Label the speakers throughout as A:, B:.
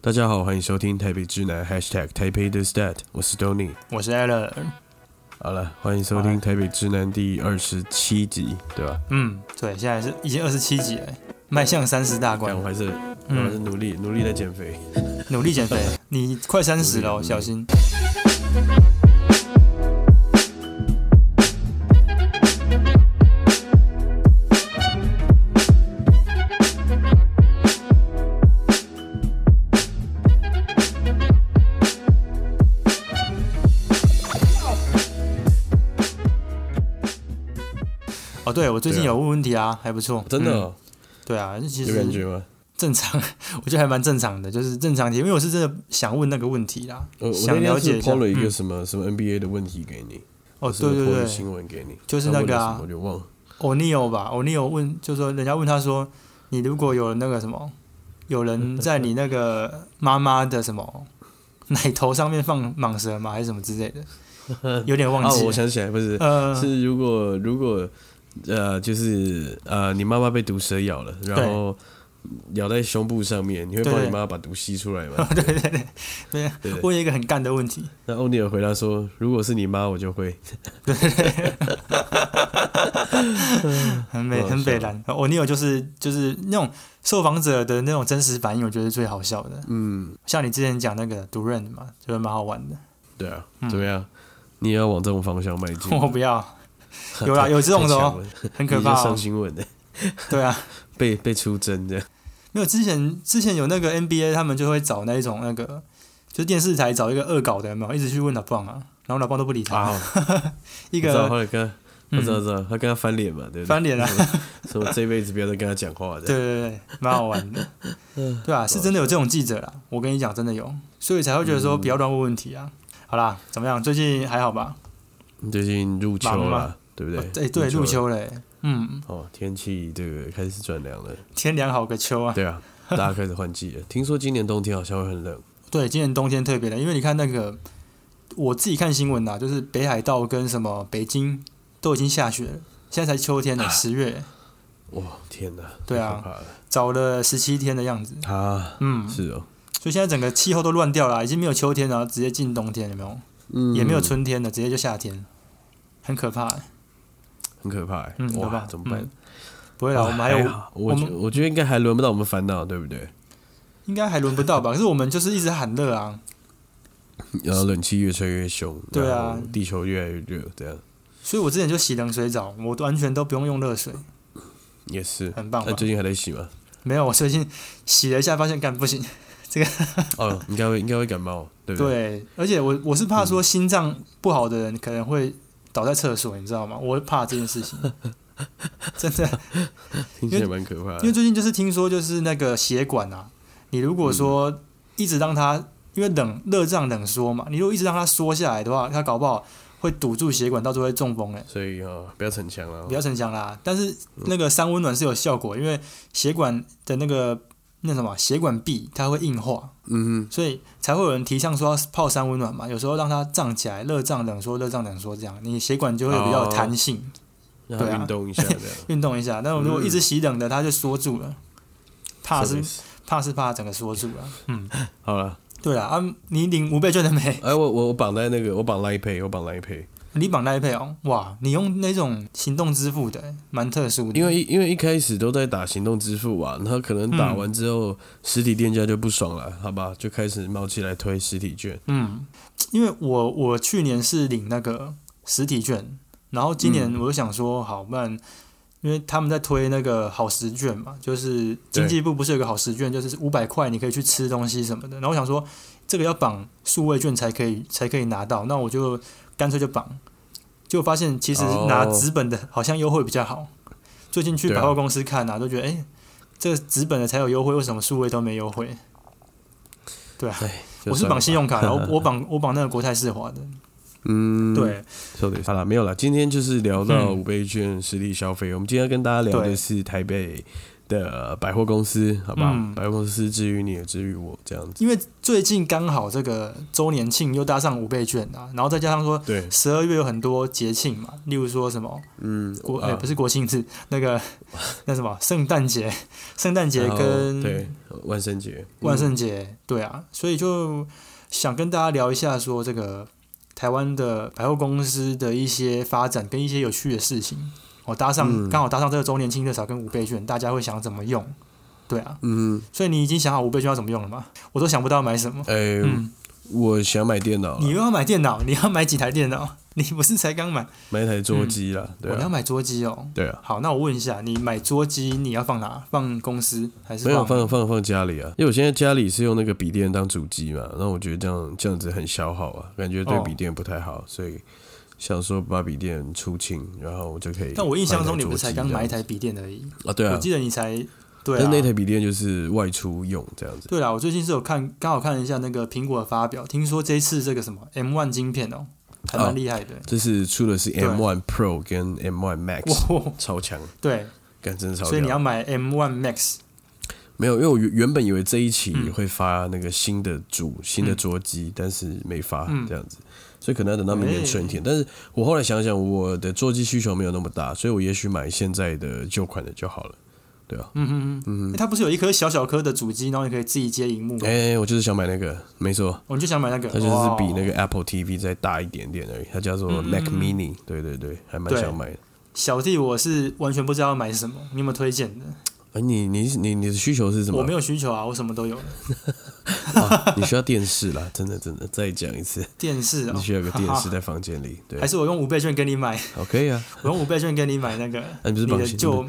A: 大家好，欢迎收听台北之南 #hashtag 台北 the stat，我是 Tony。
B: 我是 Allen。
A: 好了，欢迎收
B: 好啊
A: 听
B: 嘞
A: 台北之南第二十七集，对吧？
B: 嗯，对，现在是已经二十七集了，迈向三十大关
A: 但，我还是我还是
B: 嗯，
A: 努力努力在减肥。
B: 努力减肥。你快三十了
A: 努
B: 哦，
A: 力
B: 小心。哦，对，我最近
A: 对啊
B: 有问问题啊，还不错，
A: 真的
B: 嗯
A: 哦、
B: 对啊，其
A: 有感觉
B: 实
A: 吗？
B: 正常， 我觉得还蛮正常的，就是正常题，因为我是真的想问那个问题啦，
A: 呃我我那
B: 想了
A: 天
B: 解
A: 是
B: 一下。
A: 抛了一个
B: 嗯
A: 什么、什么 NBA 的问题给你，
B: 哦，
A: 是不
B: 对
A: 是
B: 对
A: 抛了
B: 对
A: 新闻给你，
B: 就是
A: 他问
B: 那个
A: 了
B: 啊
A: 什么我就忘了。
B: ，O'Neal 吧，O'Neal 问，就说人家问他说，你如果有那个什么，有人在你那个妈妈的什么奶头上面放蟒蛇吗，还是什么之类的， 有点忘
A: 啊，
B: 记
A: 我
B: 了。
A: 想起来，不是、
B: 呃，
A: 是如果如果呃，就是呃，你妈妈被毒蛇咬了，然后咬在胸部上面，你会
B: 对
A: 帮你妈妈把毒吸出来吗？
B: 对对对对
A: 对对，
B: 问一个很干的问题，
A: 那欧尼尔回答说：“如果是你妈，我就会。
B: 很美
A: 好
B: 很北
A: 笑
B: 蓝。O'Neal 就是就是那种受访者的那种真实反应，我觉得是最好笑的”。
A: 嗯，
B: 像你之前讲那个独任嘛，就是蛮好玩的。。
A: 对啊，怎么样？你也要往这种方向迈进
B: 我 不要， 有啦，有这种的哦，很
A: 很
B: 可怕
A: 上
B: 哦。
A: 新闻的，
B: 对啊，
A: 被被出征的。
B: 没有之前之前有那个 NBA，他们就会找那一种那个，就是电视台找一个恶搞的，有没有？一直去问老棒啊，然后老棒都不理他，
A: 啊，
B: 哦一
A: 我知道，
B: 个嗯
A: 后来跟他，我知道，知道，他跟他翻脸嘛，对不对？
B: 翻 脸啊，
A: 说我这辈子不要再跟他讲话
B: 对
A: 的。
B: 对对，蛮好 玩的，
A: 嗯
B: 对啊，是真的有这种记者啦，我跟你讲，真的有，所以才会觉
A: 嗯
B: 得说不要乱问问题啊。好啦，怎么样？最近还好吧？
A: 你最近入秋
B: 忙
A: 了
B: 吗，
A: 对不
B: 哦
A: 对？
B: 哎，对，入
A: 了。
B: 秋嘞，嗯，
A: 哦，天气这个开始转凉了，
B: 天凉好个秋啊。
A: 对啊， 大家开始换季了。听说今年冬天好像会很冷，
B: 对，今年冬天特别冷，因为你看那个，我自己看新闻呐、啊就是北海道跟什么北京都已经下雪了，现在才秋天
A: 啊
B: 呢，十月，
A: 哇，天哪，
B: 对啊
A: 太可怕了
B: 早了十七天的样子。
A: 啊，
B: 嗯，
A: 是哦，
B: 所以现在整个气候都乱掉了，已经没有秋天了，直接进冬天，有没有？
A: 嗯
B: 也没有春天了，直接就夏天，很可怕、
A: 很可怕欸，
B: 嗯，可怕
A: 哇，怎么办
B: 嗯？不会啦，我们还有，
A: 好我觉
B: 我
A: 我觉得应该还轮不到我们烦恼，对不对？
B: 应该还轮不到吧？可是我们就是一直喊热啊，
A: 然后冷气越吹越凶，
B: 对啊
A: 然后地球越来越热，这样
B: 所以我之前就洗冷水澡，我完全都不用用热水，
A: 也是。
B: 很棒吧
A: 那？最近还在洗 吗？
B: 没有，我最近洗了一下，发现干不行。
A: 哦，应该会应该会感冒，对不对？
B: 对，而且我我是怕说心脏不好的人可能会倒在厕所，你知道吗？我会怕这件 事情，真的，
A: 听起来蛮可怕
B: 因为
A: 的。
B: 最近就是听说就是那个血管啊，你如果说一直让它因为冷热胀冷缩嘛，你如果一直让它缩下来的话，它搞不好会堵住血管，到时候会中风哎、
A: 所以哦，不要逞强了
B: 不。要逞强啦。但是那个三温暖是有效果，因为血管的那个那什么血管壁它会硬化，
A: 嗯哼，
B: 所以才会有人提倡说要泡三温暖嘛，有时候让它胀起来，热胀冷缩，热胀冷缩这样，你血管就会比较有弹
A: 嗯
B: 性，
A: 让他
B: 对啊
A: 运动一下，这 样。
B: 运动一下。但我如果一直洗冷的，它就缩住了，怕
A: 说
B: 是
A: 得嗯是
B: 怕是怕整个缩住了。嗯，
A: 好了，
B: 对啊，啊，你领五倍券了没？
A: 哎，我我我绑在那个，我绑 Line Pay，我绑 Line Pay，
B: 你绑那一配哦，哇，你用那种行动支付的，蛮特殊的。
A: 因为一因为一开始都在打行动支付啊，然后可能打
B: 嗯
A: 完之后，实体店家就不爽了，好吧，就开始冒起来推实体券。
B: 嗯，因为我我去年是领那个实体券，然后
A: 嗯
B: 今年我就想说，好，不然因为他们在推那个好食券嘛，就是经济部不是有个好食券，就是五百块你可以去吃东西什么的。然后我想说，这个要绑数位券才可以才可以拿到，那我就干脆就绑。就发现其实
A: 哦
B: 拿纸本的好像优惠比较好。最近去
A: 对啊
B: 百货公司看啊，都觉得哎、诶这个纸本的才有优惠，为什么数位都没优惠？对啊，
A: 哎，就
B: 我是
A: 算
B: 绑
A: 了
B: 信用卡，然后我绑我绑那个国泰世华的，
A: 嗯，
B: 对，
A: 说的好了，没有了。今天就是聊到
B: 嗯
A: 五倍券实体消费，我们今天要跟大家聊的
B: 对
A: 是台北的百货公司，好不好？
B: 嗯
A: 百货公司至于你，也至于我，这样子。
B: 因为最近刚好这个周年庆又搭上五倍券啊，然后再加上说
A: 对，
B: 十二月有很多节庆嘛，例如说什么
A: 嗯，
B: 国哎、
A: 啊
B: 不是国庆日，那个那什么圣诞节，圣诞节
A: 然后哦对嗯
B: 跟
A: 万圣节，
B: 万圣节，对啊，所以就想跟大家聊一下说这个台湾的百货公司的一些发展跟一些有趣的事情。我、搭上
A: 嗯
B: 刚好搭上这个周年庆热潮跟五倍券，大家会想怎么用？对啊，
A: 嗯，
B: 所以你已经想好五倍券要怎么用了吗？我都想不到买什么。
A: 哎、
B: 嗯，
A: 我想买电脑啦，
B: 你又要买电脑，你要买几台电脑？ 你不是才刚买？
A: 买一台桌机啦，对
B: 嗯我要
A: 啊，
B: 买桌机哦。
A: 对啊，
B: 好，那我问一下，你买桌机你要放哪？放公司还是
A: 没有放放放家里啊，因为我现在家里是用那个笔电当主机嘛，那我觉得这样这样子很消耗啊，感觉对
B: 哦
A: 笔电不太好，所以想说把笔电出清，然后我就可以。
B: 但我印象中你不是才刚买一
A: 台
B: 台笔电而已，
A: 啊？对
B: 我
A: 啊，
B: 记得你才对
A: 但
B: 啊
A: 那。台笔电就是外出用这样子。
B: 对啦，啊我最近是有看，刚好看了一下那个苹果的发表，听说这一次这个什么 M One 晶片哦，还蛮厉害的。
A: 这次出的是 M1 Pro 跟 M1 Max，
B: 哇，
A: 超强，
B: 对，
A: 干真的超强。
B: 所以你要买 M One Max，
A: 没有，因为我原原本以为这一期
B: 嗯
A: 会发那个新的主、新的桌机，但是没发
B: 嗯哎
A: 这样子，所以可能要等到明年春天。但是我后来想想，我的桌机需求没有那么大，所以我也许买现在的旧款的就好了。对啊，
B: 嗯嗯嗯，诶它不是有一颗小小颗的主机，然后你可以自己接荧幕吗
A: 哎、？我就是想买那个，没错，
B: 我就想买那个，哦
A: 它就是比那
B: 哇
A: 个 Apple TV 再大一点点而已，它叫做
B: 嗯嗯
A: Mac
B: 嗯
A: Mini，、对对对，还蛮
B: 对
A: 想买的。
B: 小弟我是完全不知道要买什么，你有没有推荐的？
A: 哎、你你你你的需求是什么？
B: 我没有需求啊，我什么都有。
A: 啊你需要电视啦，真的真的，再讲一次，
B: 电视
A: 你
B: 哦，
A: 需要有个电视
B: 哈哈
A: 在房间里，对
B: 还，是我用五倍券给你买？
A: 好可以啊，
B: 我用五倍券给你买那个，
A: 啊你 不是
B: 你
A: 绑
B: 的
A: 信
B: 旧
A: 可以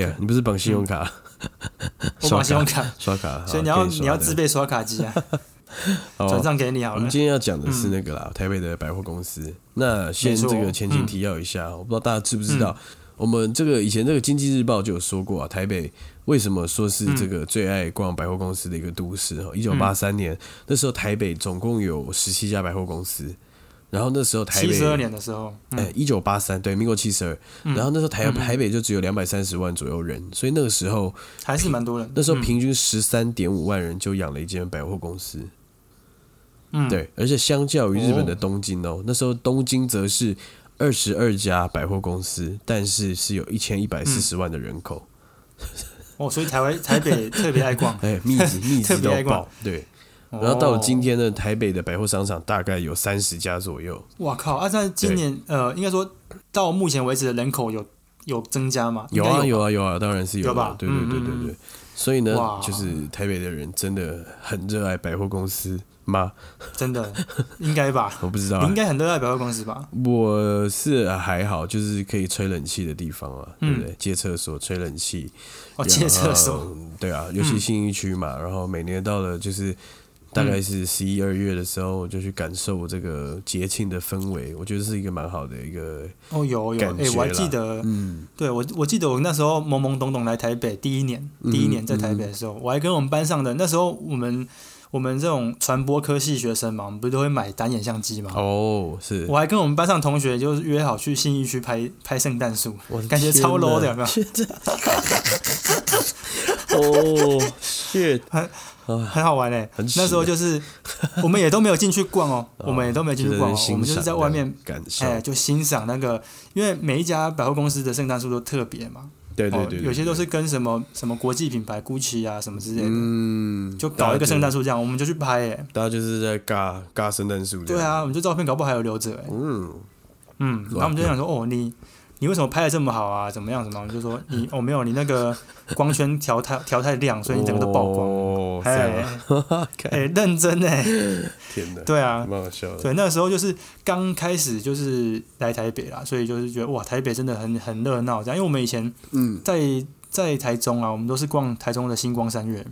B: Mac，
A: 啊，你不是绑信用卡，刷卡
B: 我绑信用卡，
A: 刷卡，哦
B: 所
A: 好
B: 以你要
A: 可以刷
B: 你要
A: 的
B: 自备刷卡机啊，
A: 好
B: 转账给你好
A: 我
B: 了嗯
A: 们。今天要讲的是那个啦，台北的百货公司。那先
B: 没错
A: 这个前情提要一下，我不知道大家知不知道，
B: 嗯
A: 我们这个以前这个经济日报就有说过啊，台北为什么说是这个最爱逛百货公司的一个都市？哦，一九八三
B: 嗯
A: 年那时候台北总共有十七家百货公司，然后那时候台
B: 七
A: 北
B: 十二年的时候，嗯
A: 哎，一九八三对，民国七十二，然后那时候台台北就只有两百三十万左右人，所以那个时候
B: 还是蛮多人。
A: 那时候平均十三点五万人就养了一间百货公司，
B: 嗯，
A: 对，而且相较于日本的东京哦，那时候东京则是二十二家百货公司，但是是有一千一百四十万的人口，
B: 嗯哦，所以台湾台 北特别爱逛。
A: 哎、密集密集
B: 特
A: 到
B: 别爱逛
A: 爆，对。
B: 然
A: 然后到了今，天呢，台北的百货商场大概有三十家左右，
B: 哇靠！啊，在今年呃，应该说到目前为止的人口有有增加吗？
A: 有
B: 应
A: 啊
B: 该有
A: 啊有啊，当然是有
B: 有
A: 啊
B: 吧
A: 对对对对
B: 嗯嗯嗯
A: 对。所以呢
B: 哇，
A: 就是台北的人真的很热爱百货公司吗？
B: 真的应该吧？
A: 我不知道、
B: 你
A: 啊
B: 应，该很热爱百货公司吧？
A: 我是还好，就是可以吹冷气的地方啊，对不
B: 嗯
A: 对？借厕所吹冷气，
B: 哦，
A: 然
B: 借厕所。嗯
A: 后。啊 对啊，尤其信义区嘛，然后每年到了就是大概是十一二月的时候，我就去感受这个节庆的氛围，我觉得是一个蛮好的一个，
B: 哦，有有，
A: 感
B: 哎、
A: 觉
B: 我还
A: 啦
B: 记得，
A: 嗯，
B: 对我我记得我那时候懵懵懂懂来台北第一年，
A: 嗯
B: 第一年在台北的时候，我还跟我们班上的那时候我们我们这种传播科系学生嘛，我们不是都会买单眼相机嘛，
A: 哦，是，
B: 我还跟我们班上同学就是约好去信义区拍拍圣诞树，
A: 我的
B: 感觉
A: 天
B: 超 low 的，
A: 哪
B: 有没有？
A: 哦，shit，
B: 很好玩嘞、欸
A: 很欸耻
B: 那时候就是我们也都没有进去逛哦，我们也都没有进去逛、哦，
A: 就是
B: 我们就是
A: 欣赏
B: 在外面。
A: 这样感受
B: 哎、，就欣赏那个，因为每一家百货公司的圣诞树都特别嘛，
A: 对对对，
B: 哦，
A: 对
B: 有些都，
A: 对
B: 是跟什么什么国际品牌 GUCCI 啊什么之类的，
A: 嗯，啊
B: 就搞一个圣诞
A: 树，
B: 树这样，我们就去拍哎、
A: 大家就是在尬尬圣诞树，
B: 对，啊，我们就照片搞不好还有留着哎、
A: 嗯，
B: 嗯，然后我们就想说，哦，你你为什么拍的这么好啊？怎么样？怎么样？我们就说你哦没有，你那个光圈调太调太亮，所以你整个都曝光。
A: 哦，这样
B: 哎
A: 啊，
B: 哎，认真哎，
A: 天哪，
B: 对啊，
A: 蛮好笑的，
B: 对，那时候就是刚开始就是来台北啦，所以就是觉得哇，台北真的很很热闹这样。因为我们以前
A: 嗯，
B: 在在台中啊，我们都是逛台中的星光三月，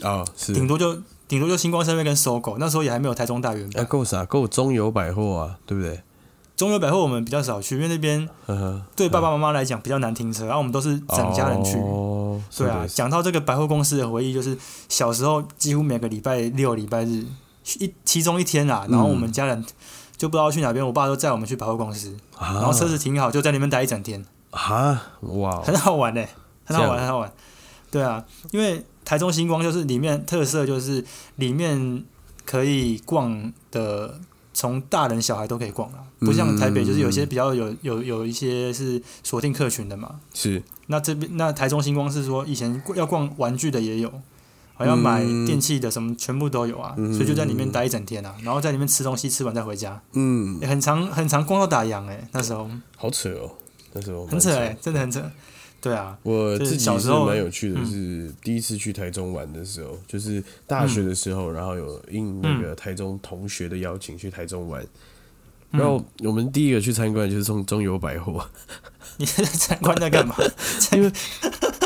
A: 哦，是，
B: 顶多就顶多就星光三月跟搜狗，那时候也还没有台中大圆
A: 那
B: 百。
A: 够啥？够中油百货啊，对不对？
B: 中友百货我们比较少去，因为那边
A: 呵 呵，
B: 对爸爸妈妈来讲比较难停车，然、啊后我们都是整家人去。
A: 哦，
B: 对啊，
A: 是的
B: 讲到这个百货公司的回忆，就是小时候几乎每个礼拜六、礼拜日一其中一天
A: 嗯
B: 啊，然后我们家人就不知道去哪边，我爸都载我们去百货公司，
A: 啊，
B: 然后车子停好就在那边待一整天，
A: 啊，哇，
B: 很好玩嘞、很好
A: 这
B: 玩，
A: 样
B: 很好玩。对啊，因为台中星光就是里面特色就是里面可以逛的，从大人小孩都可以逛啦，不像台北就是有
A: 嗯
B: 些比较有有有一些是锁定客群的嘛。
A: 是
B: 那这边那台中星光是说以前要逛玩具的也有。好要买
A: 嗯
B: 电器的什么全部都有啊，所以就在里面待一整天啊，然后在里面吃东西，吃完再回家，
A: 嗯，
B: 欸很长很长逛到打烊哎、那时候
A: 好扯哦，那时候
B: 很扯哎、
A: 蛮
B: 真的很扯。对啊，
A: 我
B: 就是
A: 自己
B: 小
A: 是
B: 时候嗯
A: 蛮有趣的，是第一次去台中玩的时候，就是大
B: 嗯
A: 学的时候，然后有应那个台中同学的邀请去台中玩，
B: 嗯
A: 然后我们第一个去参观的就是中 中油百货，
B: 你 在参观在 干嘛？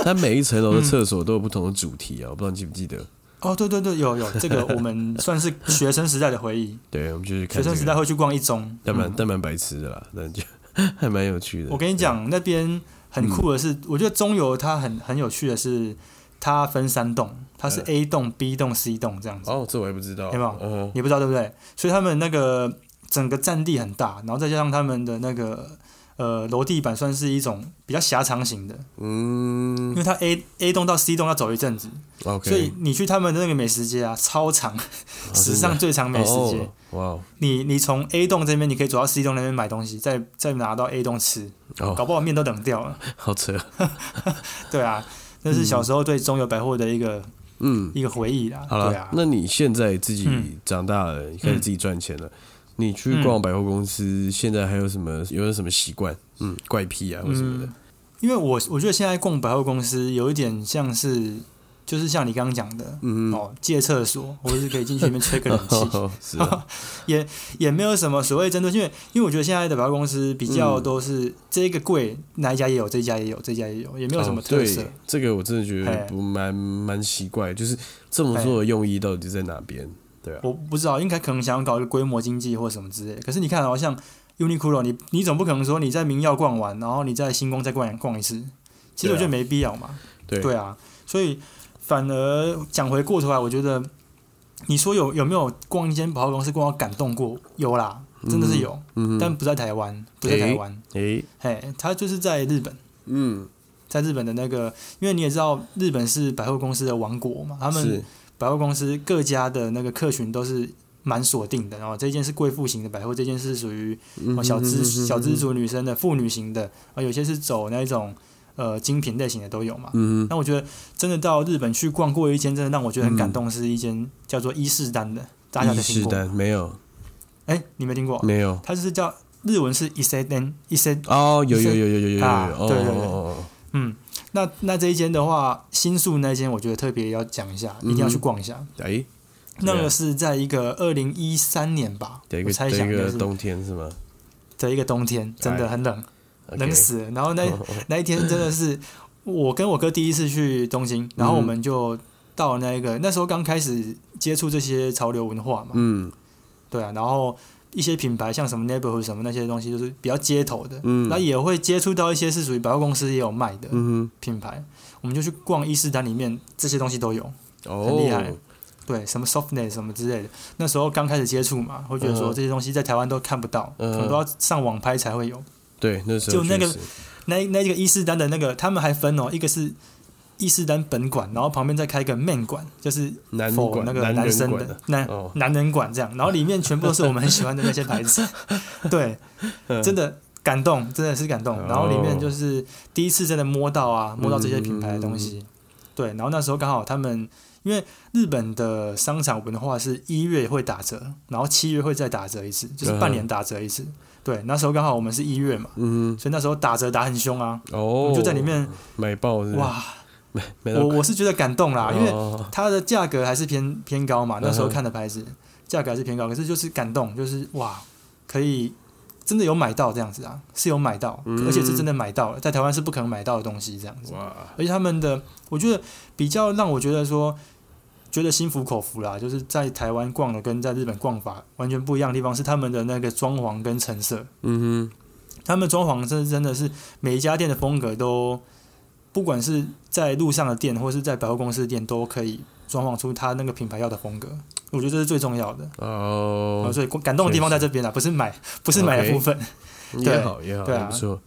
A: 它每一层楼
B: 嗯
A: 的厕所都有不同的主题啊，我不知道你记不记得？
B: 哦，对对对，有 有，这个我们算是学生时代的回忆。
A: 对，我们就是
B: 学
A: 看
B: 生时
A: 这
B: 代
A: 个，
B: 会去逛一中，
A: 但蛮
B: 嗯
A: 但蛮白痴的啦，但就 还蛮有趣的。
B: 我跟你讲，那边很酷的是，我觉得中游它很很有趣的是，它分三栋，它是
A: 嗯
B: A 栋、B 栋、C 栋这样子，
A: 哦，这我还不知道，
B: 有没有
A: 嗯
B: 你不知道对不对？所以他们那个整个占地很大，然后再加上他们的那个呃楼地板算是一种比较狭长型的，因
A: 嗯
B: 为它 A A 栋到 C 栋要走一阵子，
A: ，OK，
B: 所以你去他们的那个美食街啊，超长，
A: 哦
B: 史上最长美食
A: 真
B: 街。，
A: 的哦
B: 你你从 A 栋这边，你可以走到 C 栋那边买东西，再再拿到 A 栋吃，
A: 哇哦，
B: 搞不好面都冷掉了。
A: 好扯，啊
B: 对啊，那是小时候对中友百货的一个、
A: 嗯，
B: 一个回忆啦。
A: 好了，
B: 对啊，
A: 那你现在自己
B: 嗯
A: 长大了，你开始自己赚钱了，你去逛百货公司，现在还有什么有没有什么习惯？嗯，怪癖啊或什
B: 嗯
A: 么的，
B: 因为我我觉得现在逛百货公司有一点像是，就是像你刚刚讲的。
A: 嗯
B: 哦，借厕所，或者是可以进去里面吹个冷气，
A: 哦，是啊，
B: 也没有什么所谓针对，因为因为我觉得现在的百货公司比
A: 嗯
B: 较都是、这个柜哪一家也有，这一家也有，这一家也有， 也没有什么
A: 哦
B: 特色。哎
A: 对这个我真的觉得
B: 嘿
A: 不蛮蛮奇怪，就是这么做的用意到底在哪边？对啊，
B: 哎我不知道，应该可能想要搞一个规模经济或什么之类的。可是你看、哦，好像 Uniqlo，你你总不可能说你在明耀逛完，然后你在星光再逛逛一次，其实我觉得没必要嘛。
A: 啊对
B: 对啊，所以反而讲回过头来，我觉得你说有有没有逛一间百货公司逛到感动过？有啦，真的是有，
A: 嗯哼，
B: 但不在台湾，不在台湾，
A: 诶，
B: 嘿，它就是在日本。
A: 嗯，
B: 在日本的那个，因为你也知道，日本是百货公司的王国嘛，他们
A: 是
B: 百货公司各家的那个客群都是蛮锁定的，然后这件是贵妇型的百货，这件是属于
A: 嗯
B: 哦小资小资，族女生的妇女型的，啊有些是走那种呃精品类型的都有嘛。
A: 嗯哼，
B: 那我觉得真的到日本去逛过一间，真的让我觉得很感动，是一间叫做伊势丹的，大家
A: 伊
B: 有听
A: 势嗯
B: 过？
A: 丹没有
B: 哎，你没听过？
A: 没有
B: 它就是叫日文是伊势丹伊势，
A: 哦，有有有有有有有有，
B: 啊
A: 哦
B: 对对对
A: 哦哦哦
B: 嗯，那那这一间的话，新宿那间我觉得特别要讲一下，一定要去逛一下。
A: 哎，
B: 那
A: 对
B: 个
A: 啊
B: 是在一个二零一三年吧，
A: 的一
B: 我
A: 个
B: 猜
A: 的
B: 想
A: 一
B: 应该
A: 个
B: 是
A: 冬天是吗？
B: 的一个冬天，真的很冷，冷
A: OK
B: 死了。然后那
A: 哦哦
B: 那一天真的是，我跟我哥第一次去东京，然后
A: 嗯
B: 我们就到那个那时候刚开始接触这些潮流文化嘛，
A: 嗯
B: 对啊，然后一些品牌像什么 neighborhood 什么那些东西，就是比较街头的，
A: 嗯，
B: 那、也会接触到一些是属于百货公司也有卖的
A: 嗯
B: 品牌，我们就去逛伊势丹里面，这些东西都有。
A: 哼，哦，
B: 很厉害对，什么 softness 什么之类的，那时候刚开始接触嘛，会觉得
A: 嗯
B: 说这些东西在台湾都看不到，
A: 嗯
B: 可能都要上网拍才会有。
A: 对，那时候
B: 就那个
A: 确实
B: 那那个伊势丹的那个，他们还分哦，一个是伊势丹本馆，然后旁边再开一个 man 馆，就是
A: 男
B: for
A: 管
B: 那个
A: 男
B: 男
A: 人
B: 生
A: 管
B: 的男
A: 哦
B: 男人馆这样，然后里面全部都是我们很喜欢的那些牌 子，对，
A: 嗯
B: 真的感动，真的是感动。然后里面就是第一次真的摸到啊，摸到这些品牌的东西，对。然后那时候刚好他们因为日本的商场文化是一月会打折，然后七月会再打折一次，就是半年打折一次。对，那时候刚好我们是一月嘛，
A: 嗯
B: 所以那时候打折打很凶啊，
A: 哼，
B: 我
A: 哦，
B: 们就在里面
A: 买爆是不是
B: 哇，
A: 买买到
B: 我我是觉得感动啦，因为
A: 哦
B: 它的价格还是偏偏高嘛，
A: 嗯哼
B: 那时候看的牌子价格还是偏高，可是就是感动，就是哇，可以真的有买到这样子啊，是有买到，
A: 嗯
B: 而且是真的买到了，在台湾是不可能买到的东西这样子。
A: 哇，
B: 而且他们的，我觉得比较让我觉得说，觉得心服口服啦，就是在台湾逛的跟在日本逛法完全不一样的地方是他们的那个装潢跟成色，
A: 嗯
B: 他们装潢真的真的是每一家店的风格都，不管是在路上的店或是在百货公司的店，都可以装潢出他那个品牌要的风格。我觉得这是最重要的，
A: 哼，
B: 然
A: 哦
B: 啊后，所以感动的地方在这边啦，不是买，不是买的部分。
A: 也
B: 对
A: 好也好，
B: 对啊
A: 还不错，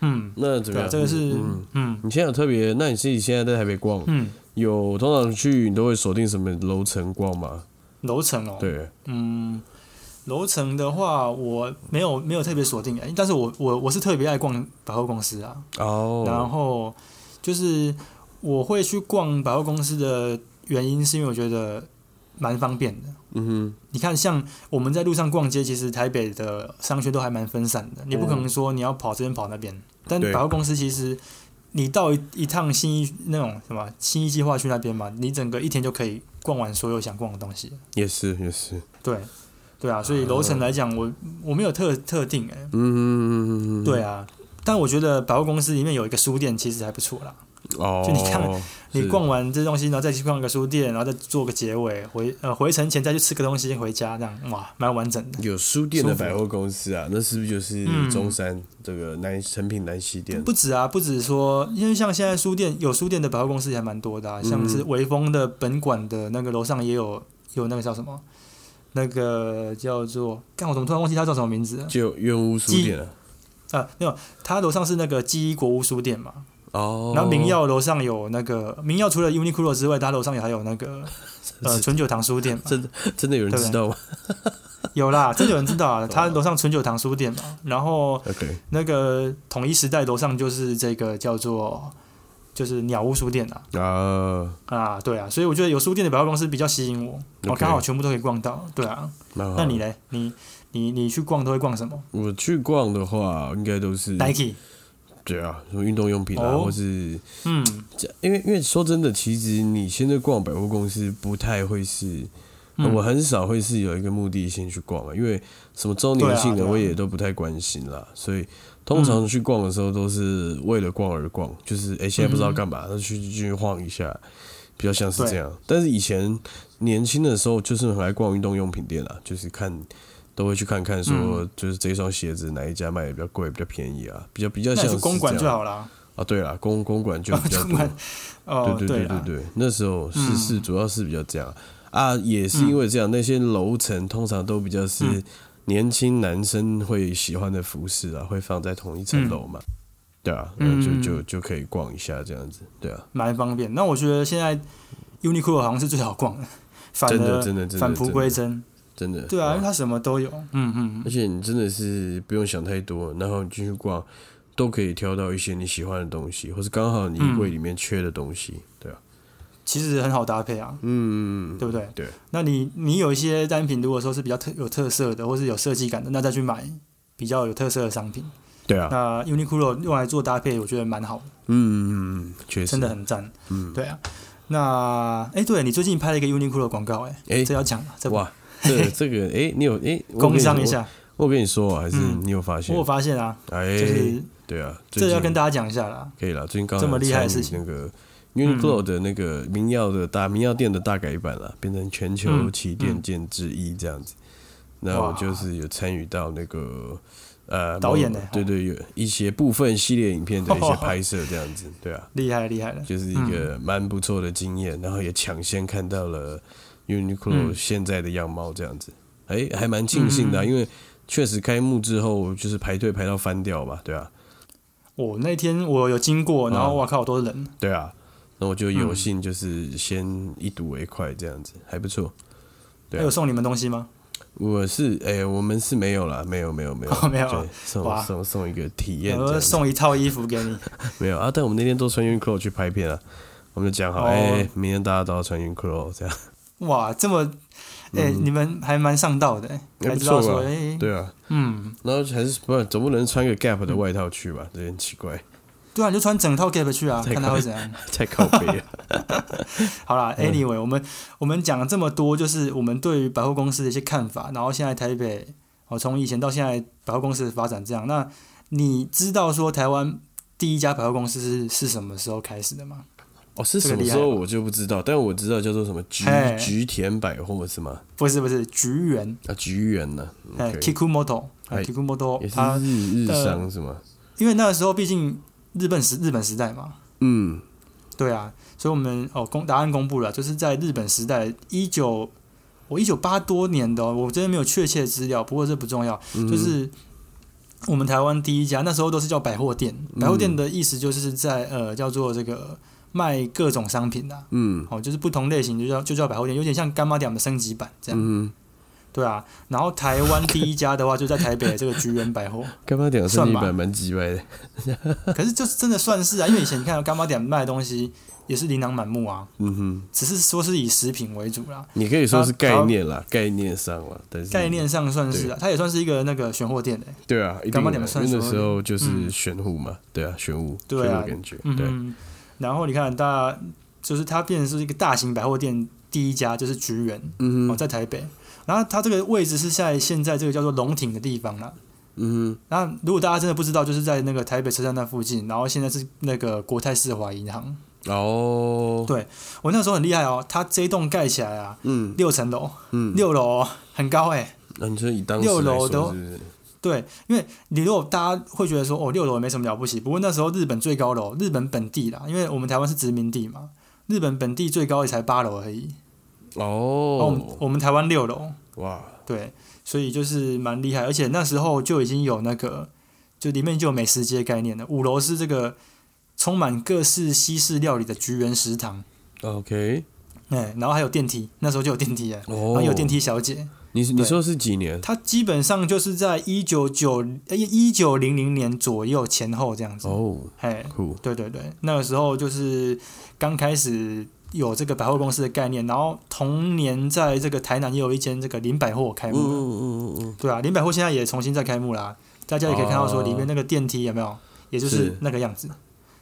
B: 嗯，
A: 那怎么
B: 对啊，
A: 样？
B: 这个是
A: 嗯，
B: 嗯
A: 你现在有特别？那你自己现在在台北逛，
B: 嗯
A: 有通常去你都会锁定什么楼层逛吗？
B: 楼层哦，
A: 对，
B: 嗯，楼层的话我没有没有特别锁定，哎但是我我我是特别爱逛百货公司啊，然
A: 哦，
B: 后就是我会去逛百货公司的原因是因为我觉得蛮方便的。
A: 嗯
B: 你看，像我们在路上逛街，其实台北的商圈都还蛮分散的，你不可能说你要跑这边跑那边。但
A: 哦对
B: 百货公司其实，你到一一趟新一那种什么新一计划区那边嘛，你整个一天就可以逛完所有想逛的东西。
A: 哼，也是也是，
B: 对，对啊，所以楼层来讲，我我没有特特定哎、
A: 嗯嗯嗯嗯，嗯
B: 对，啊，但我觉得百货公司里面有一个书店，其实还不错啦。
A: 哦，
B: 就你看你
A: 是
B: 逛完这东西，然后再去逛个书店，然后再做个结尾，回呃回程前再去吃个东西回家，这样哇，蛮完整的。
A: 有书店的
B: 舒服
A: 百货公司啊，那是不是就是
B: 嗯
A: 中山这个南成品南西店？
B: 不止啊，不止说，因为像现在书店有书店的百货公司也还蛮多的、啊，像是微风的本馆的那个楼上也有有那个叫什么，那个叫做，干我怎么突然忘记它叫什么名字了？
A: 就院屋书店啊，
B: 啊，没有，它楼上是那个记忆国屋书店嘛，
A: 哦，
B: 然后明耀楼上有那个明耀除了 Uniqlo 之外，它楼上也还有那个 呃纯酒堂书店嘛，
A: 真的真的有人
B: 对不对
A: 知道吗
B: 有啦，真的有人知 道啊，它楼上纯酒堂书店嘛，然后
A: ？OK，
B: 那个统一时代楼上就是这个叫做就是鸟屋书店啊。
A: 啊，
B: 啊，对啊，所以我觉得有书店的百货公司比较吸引我，我
A: OK 嗯
B: 刚好全部都可以逛到，对啊。
A: 蛮好。
B: 那你嘞？你你你去逛都会逛什么
A: 我去逛的话，应该都是
B: ？Nike，
A: 对啊，什么运动用品啊，
B: 哦
A: 或是
B: 嗯，
A: 这因为因为说真的，其实你现在逛百货公司不太会是，
B: 嗯
A: 我很少会是有一个目的性去逛啊，因为什么周年庆
B: 对
A: 的
B: 啊对啊嗯
A: 我也都不太关心啦，所以通常去逛的时候都是为了逛而逛，就是哎、诶现在不知
B: 嗯
A: 道干嘛，那去进去晃一下，比较像是这样。但是以前年轻的时候就是很爱逛运动用品店啦，就是看。都会去看看，
B: 嗯
A: 说就是这双鞋子哪一家卖的比较贵、比较便宜啊，比较比较
B: 那
A: 像
B: 你
A: 是
B: 去公馆
A: 这
B: 就
A: 样
B: 好啦。
A: 啊。对啦，公公馆就比较
B: 公
A: 多
B: 馆，哦，嗯
A: 对对
B: 啦，
A: 对对，那时候是是主要是比较这样啊，也是因为这样，那些楼层通常都比较是
B: 嗯
A: 年轻男生会喜欢的服饰啊，会放在同一层楼嘛，对啊，
B: 嗯
A: 那就就就可以逛一下这样子，对啊，
B: 蛮方便。那我觉得现在 Uniqlo 好像是最好逛的，反
A: 真的
B: 而
A: 真的真的
B: 返璞
A: 真
B: 归
A: 的
B: 真。
A: 真的，
B: 对啊，因为
A: 哇
B: 它什么都有。嗯嗯
A: 而且你真的是不用想太多，然后你进去逛都可以挑到一些你喜欢的东西，或是刚好你
B: 嗯
A: 衣柜里面缺的东西，对啊，
B: 其实很好搭配啊，
A: 嗯，
B: 对不对？
A: 对。
B: 那你你有一些单品，如果说是比较特有特色的，或是有设计感的，那再去买比较有特色的商品。
A: 对啊，
B: 那 Uniqlo 用来做搭配，我觉得蛮好的，
A: 嗯嗯嗯，确实
B: 真的，很赞。
A: 嗯，
B: 对啊，那哎，对你最近拍了一个 Uniqlo 的广告，哎，
A: 哎
B: 这要讲吗？这不
A: 哇，这这个哎、你有哎、我跟
B: 工
A: 你
B: 商
A: 说
B: 一，下，
A: 我跟你说，啊还是
B: 嗯
A: 你有发现？
B: 我有发现啊，
A: 哎，
B: 就是
A: 对啊，最
B: 这
A: 近
B: 要跟大家讲一下啦。
A: 可以了。最近刚好
B: 这么厉害的事嗯
A: 参与那个 Uniqlo 的那个民耀的大民耀店的大改版了，变成全球
B: 嗯
A: 旗舰
B: 嗯
A: 店之一这样子。那我
B: 哇
A: 就是有参与到那个呃
B: 导演
A: 某
B: 呢
A: 对对，有一些部分系列影片的一 些拍摄这样子，对啊，
B: 厉害厉害了，
A: 就是一
B: 嗯
A: 个蛮不错的经验，然后也抢先看到了 Uniqlo
B: 嗯
A: 现在的样貌这样子，哎、还蛮庆幸的啊、因为确实开幕之后就是排队排到翻掉嘛，对啊，
B: 我那天我有经过，然后
A: 嗯
B: 哇靠，好多人，
A: 对啊，那我就
B: 嗯
A: 有幸就是先一睹为快这样子，还不错。对啊
B: 还有送你们东西吗？
A: 我是哎、我们是没有啦，没有没有没有、
B: 哦没有
A: 对送
B: 哇
A: 送送一个体验这
B: 我
A: 样子，
B: 送一套衣服给你，
A: 没有啊，但我们那天都穿 Uniqlo 去拍片啊，我们就讲好，
B: 哦
A: 哎、明天大家都要穿 Uniqlo 这样，
B: 哇，这么，哎，你们还蛮上道的，
A: 还
B: 还
A: 嗯不
B: 知
A: 错
B: 道说，
A: 吧
B: 哎，
A: 对啊。
B: 嗯，
A: 然后还是不然，总不能穿个 Gap 的外套去吧？这很奇怪，
B: 对啊，你就穿整套 Gap 去啊，
A: 太
B: 看他
A: 快
B: 会 怎样。
A: 太靠背 了。
B: 好啦，Anyway，、我
A: 嗯
B: 们我们讲了这么多，就是我们对于百货公司的一些看法，然后现在台北，哦，从以前到现在百货公司的发展这样，那你知道说台湾第一家百货公司是是什么时候开始的吗？
A: 哦，是
B: 这
A: 什
B: 个
A: 么
B: 厉
A: 时
B: 害
A: 候
B: 吧
A: 我就不知道，但我知道叫做什么菊
B: 嘿
A: 菊田百货是吗？
B: 不是不是，菊园，
A: 啊，菊园呢
B: 哎、
A: ？OK，
B: k i k u m o t o
A: 哎
B: k i k u m o t o
A: 也是
B: 哦它
A: 日日商是吗？
B: 啊因为那个时候毕竟日本时日本时代嘛，
A: 嗯，
B: 对啊，所以我们哦公答案公布了，就是在日本时代一九
A: 嗯
B: 我一九八多年的哦、我真的没有确切资料，不过这不重要，就是我们台湾第一家，那时候都是叫百货店。
A: 嗯
B: 百货店的意思就是在呃叫做这个卖各种商品的、
A: 嗯
B: 哦，就是不同类型就叫就叫百货店，有点像干妈店的升级版这样。
A: 嗯，
B: 对啊，然后台湾第一家的话就在台北的这个菊园百货，
A: 干妈点的生意版蛮鸡歪的，
B: 可是就是真的算是啊，因为以前你看干妈店卖的东西也是琳琅满目啊，
A: 嗯哼，
B: 只是说是以食品为主啦，
A: 你可以说是概念啦，概念上啦，但是
B: 概念上算是啊，它也算是一个那个选货店的、欸
A: 对啊，一定
B: 干妈
A: 的，
B: 点
A: 因
B: 算
A: 为那
B: 什么
A: 时候就是
B: 嗯
A: 玄武嘛，对啊，玄武，
B: 对啊
A: 玄武感觉，
B: 嗯
A: 对，
B: 哼，然后你看大就是它变成是一个大型百货店第一家就是菊园
A: 嗯
B: 哦，
A: 哼，
B: 在台北，然后它这个位置是在现在这个叫做龙亭的地方啦。
A: 嗯
B: 那如果大家真的不知道，就是在那个台北车站那附近，然后现在是那个国泰世华银行。
A: 哼，哦，
B: 对我那时候很厉害哦，它这一栋盖起来啊，
A: 嗯
B: 六层楼，
A: 嗯，
B: 六楼哦很高哎、
A: 那你说以当时
B: 六
A: 来
B: 楼
A: 说
B: 都
A: 是不是？
B: 对，因为你如果大家会觉得说，哦，六楼也没什么了不起。不过那时候日本最高楼，日本本地啦，因为我们台湾是殖民地嘛，日本本地最高也才八楼而已。哦，我们
A: 哦，
B: 我们台湾六楼，
A: 哇，
B: 对，所以就是蛮厉害。而且那时候就已经有那个，就里面就有美食街概念了。五楼是这个充满各式西式料理的菊园食堂，
A: OK，
B: 哎，然后还有电梯，那时候就有电梯哎，然
A: 哦，
B: 后有电梯小姐。
A: 你你
B: 对
A: 说是几年？
B: 它基本上就是在一九九呃一九零零年左右前后这样子。
A: 哦，
B: 嘿，
A: 酷，
B: 对对对，那个时候就是刚开始有这个百货公司的概念，然后同年在这个台南也有一间这个林百货开
A: 嗯
B: 幕了。
A: 嗯嗯嗯
B: 对啊，林百货现在也重新再开幕啦，大家也可以看到说
A: 哦
B: 里面那个电梯有没有，也就是
A: 是
B: 那个样子，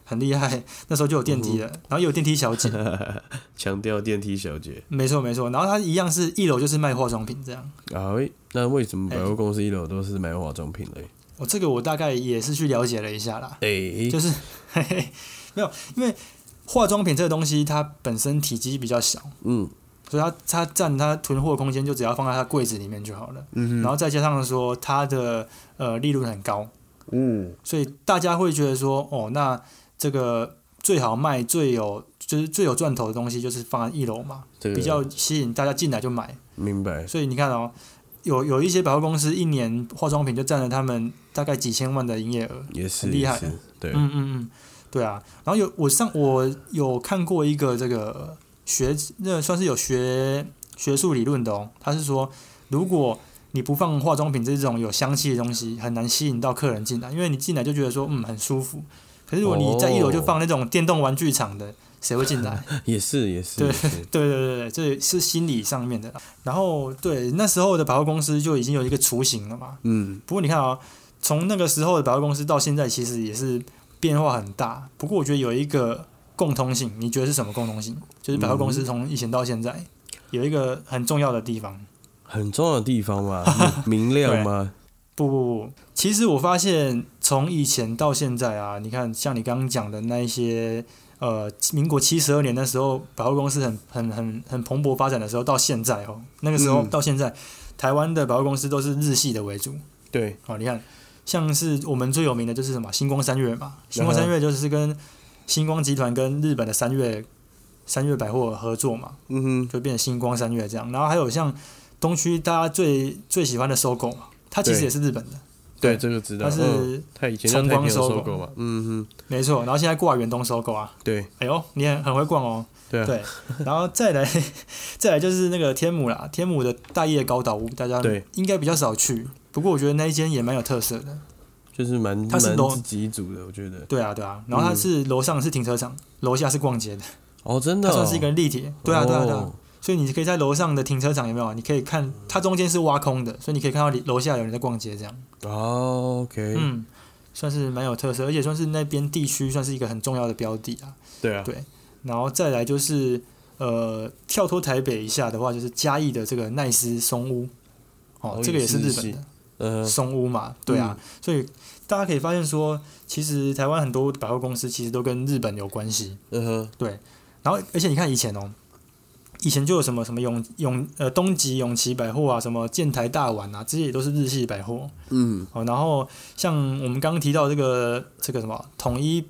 B: 很厉害。 那时候就有电梯了，然后也有电梯 小姐，
A: 嗯，强调电梯小姐。
B: 没错没错。然后它一样是一楼就是卖化妆品这样。
A: 啊，喂那为什么
B: 哎
A: 百货公司一楼都是卖化妆品嘞？
B: 我、哦这个我大概也是去了解了一下啦，
A: 哎、
B: 就是嘿嘿，没有，因为化妆品这个东西它本身体积比较小。
A: 嗯
B: 所以它它占它囤货空间就只要放在它柜子里面就好了，然后再加上说它的呃利润很高，
A: 嗯，
B: 所以大家会觉得说哦，那这个最好卖、最有就是最有赚头的东西就是放在一楼嘛，
A: 这个
B: 比较吸引大家进来就买。
A: 明白。
B: 所以你看哦，有有一些百货公司一年化妆品就占了他们大概几千万的营业额，
A: 也是
B: 很厉害
A: 也是对，
B: 嗯嗯嗯，对啊。然后有我上我有看过一个这个学那算是有学学术理论的哦，他是说如果你不放化妆品这种有香气的东西，很难吸引到客人进来，因为你进来就觉得说嗯很舒服。可是如果你在一楼就放那种电动玩具厂的，谁会进来？
A: 也是也是
B: 对
A: 也是，
B: 对对对对，这也是心理上面的啦。然后对那时候的百货公司就已经有一个雏形了嘛，
A: 嗯，
B: 不过你看啊、从那个时候的百货公司到现在，其实也是变化很大。不过我觉得有一个共通性，你觉得是什么共通性？就是百货公司从以前到现在、有一个很重要的地方。
A: 很重要的地方 嘛，明明亮吗？
B: 不不不，其实我发现从以前到现在啊，你看像你刚刚讲的那一些，呃，民国七十二年的时候，百货公司很很很很蓬勃发展的时候，到现在哦，那个时候
A: 嗯
B: 到现在，台湾的百货公司都是日系的为主。
A: 对，
B: 哦，你看，像是我们最有名的就是什么星光三月嘛，星光三月就是跟星光集团跟日本的三月三月百货合作嘛，
A: 嗯哼，
B: 就变成星光三月这样。然后还有像东区大家最最喜欢的搜狗嘛，它其实
A: 对
B: 也是日本的，
A: 对，这个知道，
B: 它是、
A: 嗯，他以前叫太
B: 崇
A: 平
B: 光
A: 洋
B: 收
A: 收
B: 购
A: 购嘛，嗯哼，
B: 没错。然后现在挂远东搜狗啊，
A: 对
B: 哎呦，你很很会逛哦。
A: 对啊，
B: 对，然后再来再来就是那个天母啦，天母的大叶高岛屋，大家
A: 对
B: 应该比较少去，不过我觉得那一间也蛮有特色的。
A: 就是蛮蛮
B: 它是楼
A: 自己组的，我觉得。
B: 对啊，对啊，
A: 嗯
B: 然后它是楼上是停车场，楼下是逛街的，
A: 哦，真的、
B: 它
A: 哦，
B: 算是一个立体。对啊，对啊，对啊
A: 哦。
B: 所以你可以在楼上的停车场有没有？你可以看它中间是挖空的，所以你可以看到里楼下有人在逛街这样。
A: 哦，OK，
B: 嗯，算是蛮有特色，而且算是那边地区算是一个很重要的标的啊。
A: 对啊，
B: 对然后再来就是呃，跳脱台北一下的话，就是嘉义的这个奈斯松屋，哦
A: 哦，
B: 这个也是
A: 也是
B: 日
A: 日系
B: 本的。
A: 嗯、
B: 松屋嘛，对啊，所以大家可以发现说，其实台湾很多百货公司其实都跟日本有关系。
A: 嗯哼，
B: 然后，而且你看以前哦，以前就有什么什么永永呃东极永琪百货啊，什么建台大丸啊，这些也都是日系百货
A: 嗯，
B: 哦。然后像我们刚刚提到这个这个什么统一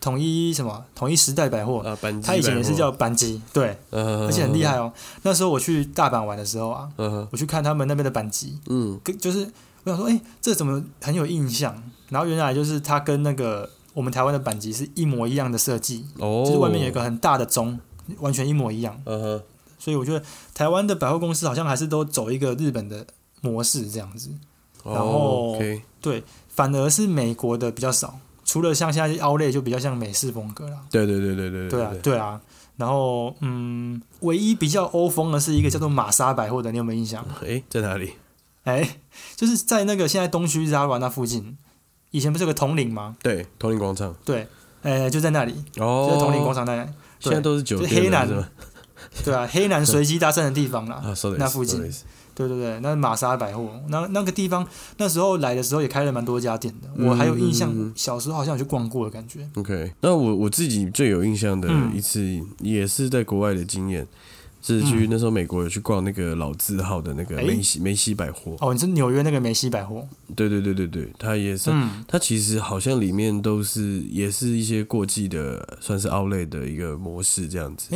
B: 统一什么统一时代百货，
A: 啊，板机
B: 它以前也
A: 百
B: 是
A: 货
B: 叫板吉，对，
A: 嗯，
B: 而
A: 而
B: 且很厉害。哦。那时候我去大阪玩的时候啊，
A: 嗯
B: 我去看他们那边的板吉，
A: 嗯
B: 跟就是我想说，哎、这怎么很有印象？然后原来就是它跟那个我们台湾的板级是一模一样的设计，
A: 哦，
B: 就是外面有一个，很大的钟，完全一模一样。
A: 嗯哼，
B: 所以我觉得台湾的百货公司好像还是都走一个日本的模式这样子，然后
A: 哦，OK，
B: 反而是美国的比较少。除了像现在 Outlet 就比较像美式风格啦，
A: 对对对对对
B: 对啊，对啊。然后，嗯，唯一比较欧风的是一个叫做玛莎百货的，你有没有印象？
A: 哎，在哪里？
B: 哎，就是在那个现在东区 Zara 那附近，以前不是有个统领吗？
A: 对，统领广场，
B: 对，呃，就在那里，就
A: 哦，
B: 在统领广，场那里。
A: 现在都是酒
B: 就是黑
A: 店
B: 男
A: 了，是吗？
B: 对啊，黑男随机搭讪的地方啦。
A: 啊 s o r
B: 那附近对对对，那玛莎百货，那那个地方那时候来的时候也开了蛮多家店的，我还有印象，
A: 嗯
B: 小时候好像有去逛过的感觉。
A: OK，那我我自己最有印象的
B: 嗯
A: 一次，也是在国外的经验，是去那时候美国有去逛那个老字号的那个
B: 嗯诶
A: 梅西、梅西百货，
B: 哦，你是纽约那个梅西百货？
A: 对对对对对，它也是，
B: 嗯，
A: 它其实好像里面都是也是一些过季的，算是 Outlet 的一个模式这样子。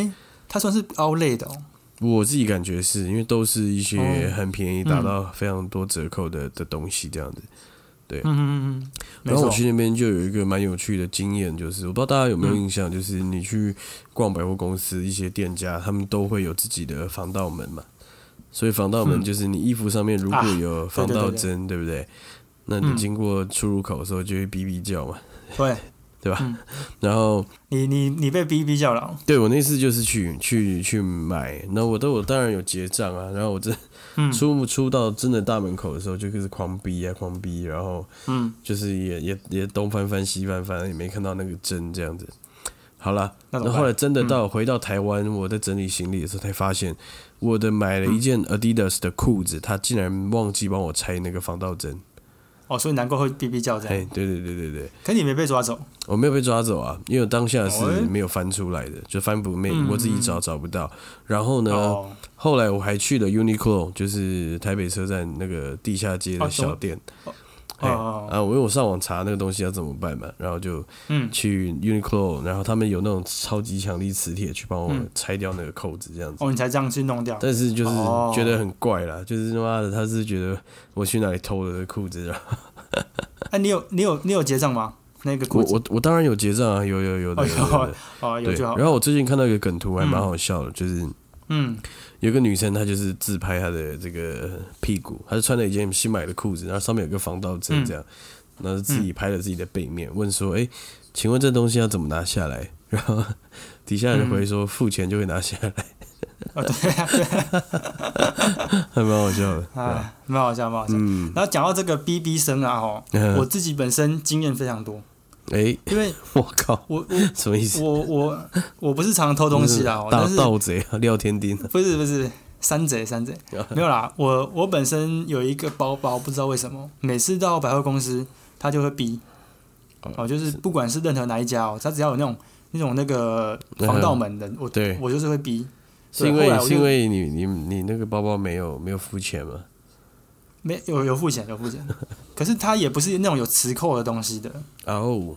B: 它算是 Outlet 的、哦，
A: 我自己感觉是因为都是一些
B: 哦
A: 很便宜，打到非常多折扣的的东西这样子。
B: 嗯嗯嗯嗯，没
A: 然后
B: 错嗯
A: 我，去那边就有一个蛮有趣的经验，就是我不知道大家有没有印象，就是你去逛百货公司，一些店家他们都会有自己的防盗门嘛。所以防盗门
B: 嗯
A: 就是你衣服上面如果
B: 啊
A: 有防
B: 对对
A: 盗
B: 对
A: 针，对不对？那你
B: 嗯
A: 经过出入口的时候就会哔哔叫嘛，
B: 对
A: 对吧？
B: 嗯
A: 然后
B: 你你你被逼逼叫了哦，
A: 对我那次就是去去去买，那我都我当然有结账啊，然后我这
B: 嗯
A: 出出到真的大门口的时候，就开始狂逼啊狂逼，然后
B: 嗯，
A: 就是也也也东翻翻西翻翻，也没看到那个针这样子。好了，
B: 那
A: 然后
B: 怎么
A: 后
B: 办？嗯
A: 来真的到回到台湾，我在整理行李的时候才发现，我的买了一件 Adidas 的裤子，他竟然忘记帮我拆那个防盗针。
B: 哦，所以难怪会逼逼叫这
A: 哎
B: 样，，
A: 对对对对对，
B: 可你没被抓走，
A: 我没有被抓走啊，因为我当下是
B: 哦哎
A: 没有翻出来的，就翻不没
B: 嗯，
A: 我自己找找不到。然后呢，
B: 哦，
A: 后来我还去了 Uniqlo，就是台北车站那个地下街的
B: 哦什么
A: 小店。
B: 哦
A: 哎
B: 哦，
A: 啊，我因为我上网查那个东西要怎么办嘛，然后就
B: 嗯，
A: 去 Uniqlo，然后他们有那种超级强力磁铁去帮我
B: 嗯
A: 拆掉那个扣子这样子。
B: 哦，你才这样去弄掉，
A: 但是就是
B: 哦
A: 觉得很怪啦，就是他妈的，他是觉得我去哪里偷了裤子，然后
B: 哎，你有你有你有结账吗？那个
A: 我
B: 裤子，
A: 我我当然有结账啊，有有有的，
B: 哦
A: 有的有的
B: 哦，有
A: 对。
B: 就好，
A: 然后我最近看到一个梗图还蛮好笑的，就是
B: 嗯，
A: 有个女生，她就是自拍她的这个屁股，她是穿了一件新买的裤子，然后上面有个防盗针这样，
B: 嗯
A: 然后自己拍了自己的背面，问说：“哎、请问这东西要怎么拿下来？”然后底下人回说：“付钱就会拿下来。
B: 哦，对啊，对啊”啊
A: 还蛮好笑的。对吧
B: 哎，蛮好笑，蛮好笑。
A: 嗯，
B: 然后讲到这个哔哔声啊，吼，我
A: 我
B: 自己本身经验非常多，
A: 哎，
B: 因为
A: 我靠，
B: 我我
A: 什么意思？
B: 我我 我不是常常偷东西啦，吼
A: 大
B: 但是
A: 盗贼啊，廖天丁啊。
B: 不是不是山贼山贼
A: 嗯
B: 没有啦，我我本身有一个包包，不知道为什么每次到百货公司，它就会逼，
A: 哦
B: 哦，就是不管是任何哪一家哦，它只要有那种那种那个防盗门的，我
A: 嗯对
B: 我就是会逼，
A: 是因
B: 对后来
A: 为
B: 我就是
A: 因为你你你那个包包没有没有付钱吗？
B: 没有有付钱有 付钱，可是它也不是那种有磁扣的东西的，
A: 哦，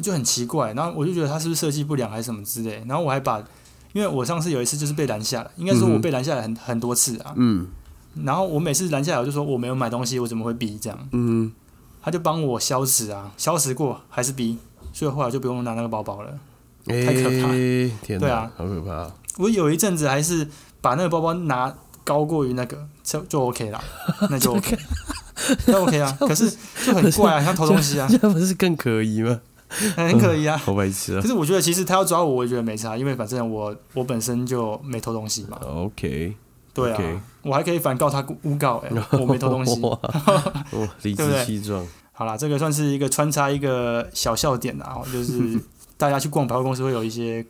B: 就很奇怪，然后我就觉得他是不是设计不良还是什么之类，然后我还把，因为我上次有一次就是被拦下来，应该说
A: 嗯哼
B: 我被拦下来很很多次啊，
A: 嗯
B: 然后我每次拦下来我就说我没有买东西，我怎么会逼这样？
A: 嗯，
B: 他就帮我消磁啊，消磁过还是逼，所以后来就不用拿那个包包了。
A: 哎
B: 太可怕，
A: 天
B: 对
A: 哪
B: 啊，
A: 好可怕 啊！
B: 我有一阵子还是把那个包包拿高过于那个，就就 OK 啦，那就 OK，那 OK 啊，可是就很怪啊，像偷东西啊，
A: 这样不是更可疑 吗？
B: 很可疑啊。
A: 好白痴啊
B: 可！是我觉得其实他要抓我，我也觉得没差，因为反正我我本身就没偷东西嘛。
A: 啊 OK，
B: 对啊
A: OK
B: 我还可以反告他诬告、 欸，我没偷东西。
A: 哇，哇理
B: 对不
A: 直
B: 对
A: 气壮。
B: 好啦，这个算是一个穿插一个小笑点啊，就是大家去逛百货公司会有一些，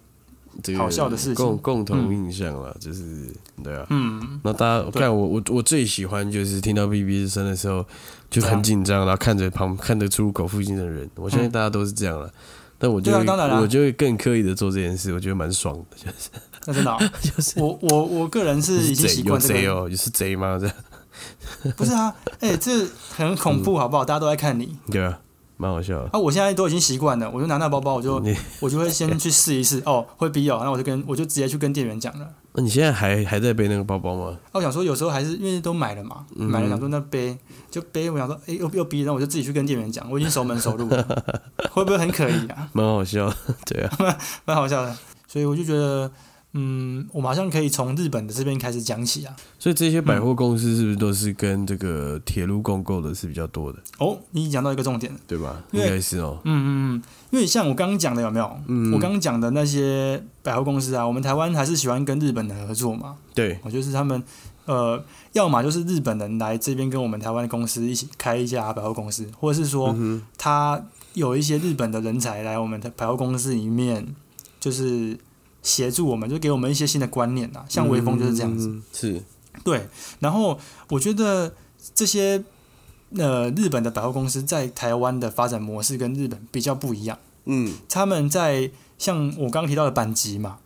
A: 这个
B: 好笑的事情
A: 共共同印象啦，就是对啊。
B: 嗯，
A: 那大家
B: 对
A: 看我我我最喜欢就是听到哔哔声的时候就很紧张，
B: 啊
A: 然后看着旁看着出入口附近的人，我相信大家都是这样了。但我就
B: 对啊
A: 会
B: 当然啦
A: 我就会更刻意的做这件事，我觉得蛮爽的。
B: 那真 的啊、我我我个人是已经
A: 贼
B: 习
A: 有
B: 惯这
A: 贼
B: 个，
A: 哦，也是贼吗？这样
B: 欸
A: 嗯
B: 不是啊，哎、这很恐怖好不好？大家都在看你，
A: 对啊，蛮好笑的。
B: 啊，我现在都已经习惯了，我就拿那包包，我 就
A: 你
B: 我就会先去试一试，哦，会必要，然后我就跟我就直接去跟店员讲了。
A: 那哦你现在还还在背那个包包吗？
B: 啊，我想说有时候还是因为都买了嘛，买了想说那背就背，我想说哎又又逼，然后我就自己去跟店员讲，我已经熟门熟路了，会不会很可疑啊？
A: 蛮好笑的， 对啊，
B: 蛮好笑的，所以我就觉得。嗯，我马上可以从日本的这边开始讲起啊。
A: 所以这些百货公司是不是都是跟这个铁路共购的是比较多的，
B: 哦，你讲到一个重点了，
A: 对吧？应
B: 因为
A: 该是哦，
B: 嗯嗯嗯，因为像我刚刚讲的有没有？
A: 嗯
B: 我刚刚讲的那些百货公司啊，我们台湾还是喜欢跟日本人合作嘛。
A: 对，
B: 我哦就是他们，呃，要么就是日本人来这边跟我们台湾的公司一起开一家百货公司，或者是说他有一些日本的人才来我们的百货公司里面，就是协助我们，就给我们一些新的观念啊。像微风就是这样子，
A: 嗯，是，
B: 对。然后我觉得这些呃日本的百货公司在台湾的发展模式跟日本比较不一样。
A: 嗯，
B: 他们在像我刚刚提到的板级嘛，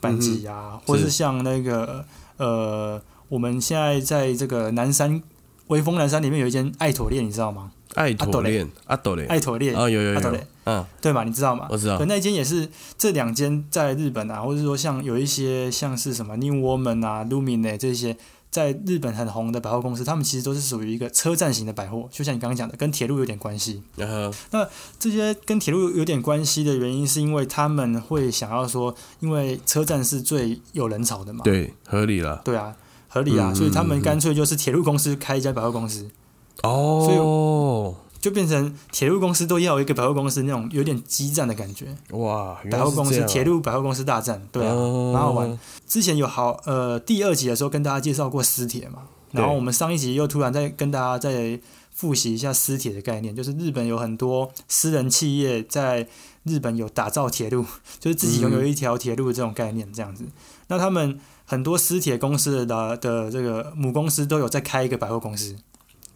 B: 板级
A: 嗯
B: 啊，或是像那个呃，我们现在在这个南山威风南山里面有一间爱妥列，你知道吗？
A: 爱妥恋，阿斗恋，
B: 爱妥列，
A: 啊，有有
B: 阿斗
A: 有
B: 嘞，
A: 嗯，
B: 对嘛？你知道吗？
A: 我知道
B: 对，，那一间也是这两间在日本啊，或者说像有一些像是什么 New Woman 啊、Lumine 这些在日本很红的百货公司，他们其实都是属于一个车站型的百货，就像你刚刚讲的，跟铁路有点关系。
A: 然后
B: 啊这些跟铁路有点关系的原因，是因为他们会想要说，因为车站是最有人潮的嘛，
A: 对，合理了，
B: 对啊，合理啊，
A: 嗯
B: 所以他们干脆就是铁路公司开一家百货公司，所以
A: 哦，
B: 就变成铁路公司都要有一个百货公司那种有点激战的感觉，
A: 哇，原
B: 百
A: 来
B: 货
A: 是
B: 公
A: 这
B: 司
A: 样啊
B: 铁路百货公司大战，对啊，
A: 哦
B: 蛮好玩。之前有好呃第二集的时候跟大家介绍过私铁嘛，
A: 对
B: 然后我们上一集又突然再跟大家再复习一下私铁的概念，就是日本有很多私人企业在日本有打造铁路， 就是自己拥有一条铁路这种概念这样子。那他们很多私铁公司的的这个母公司都有在开一个百货公司，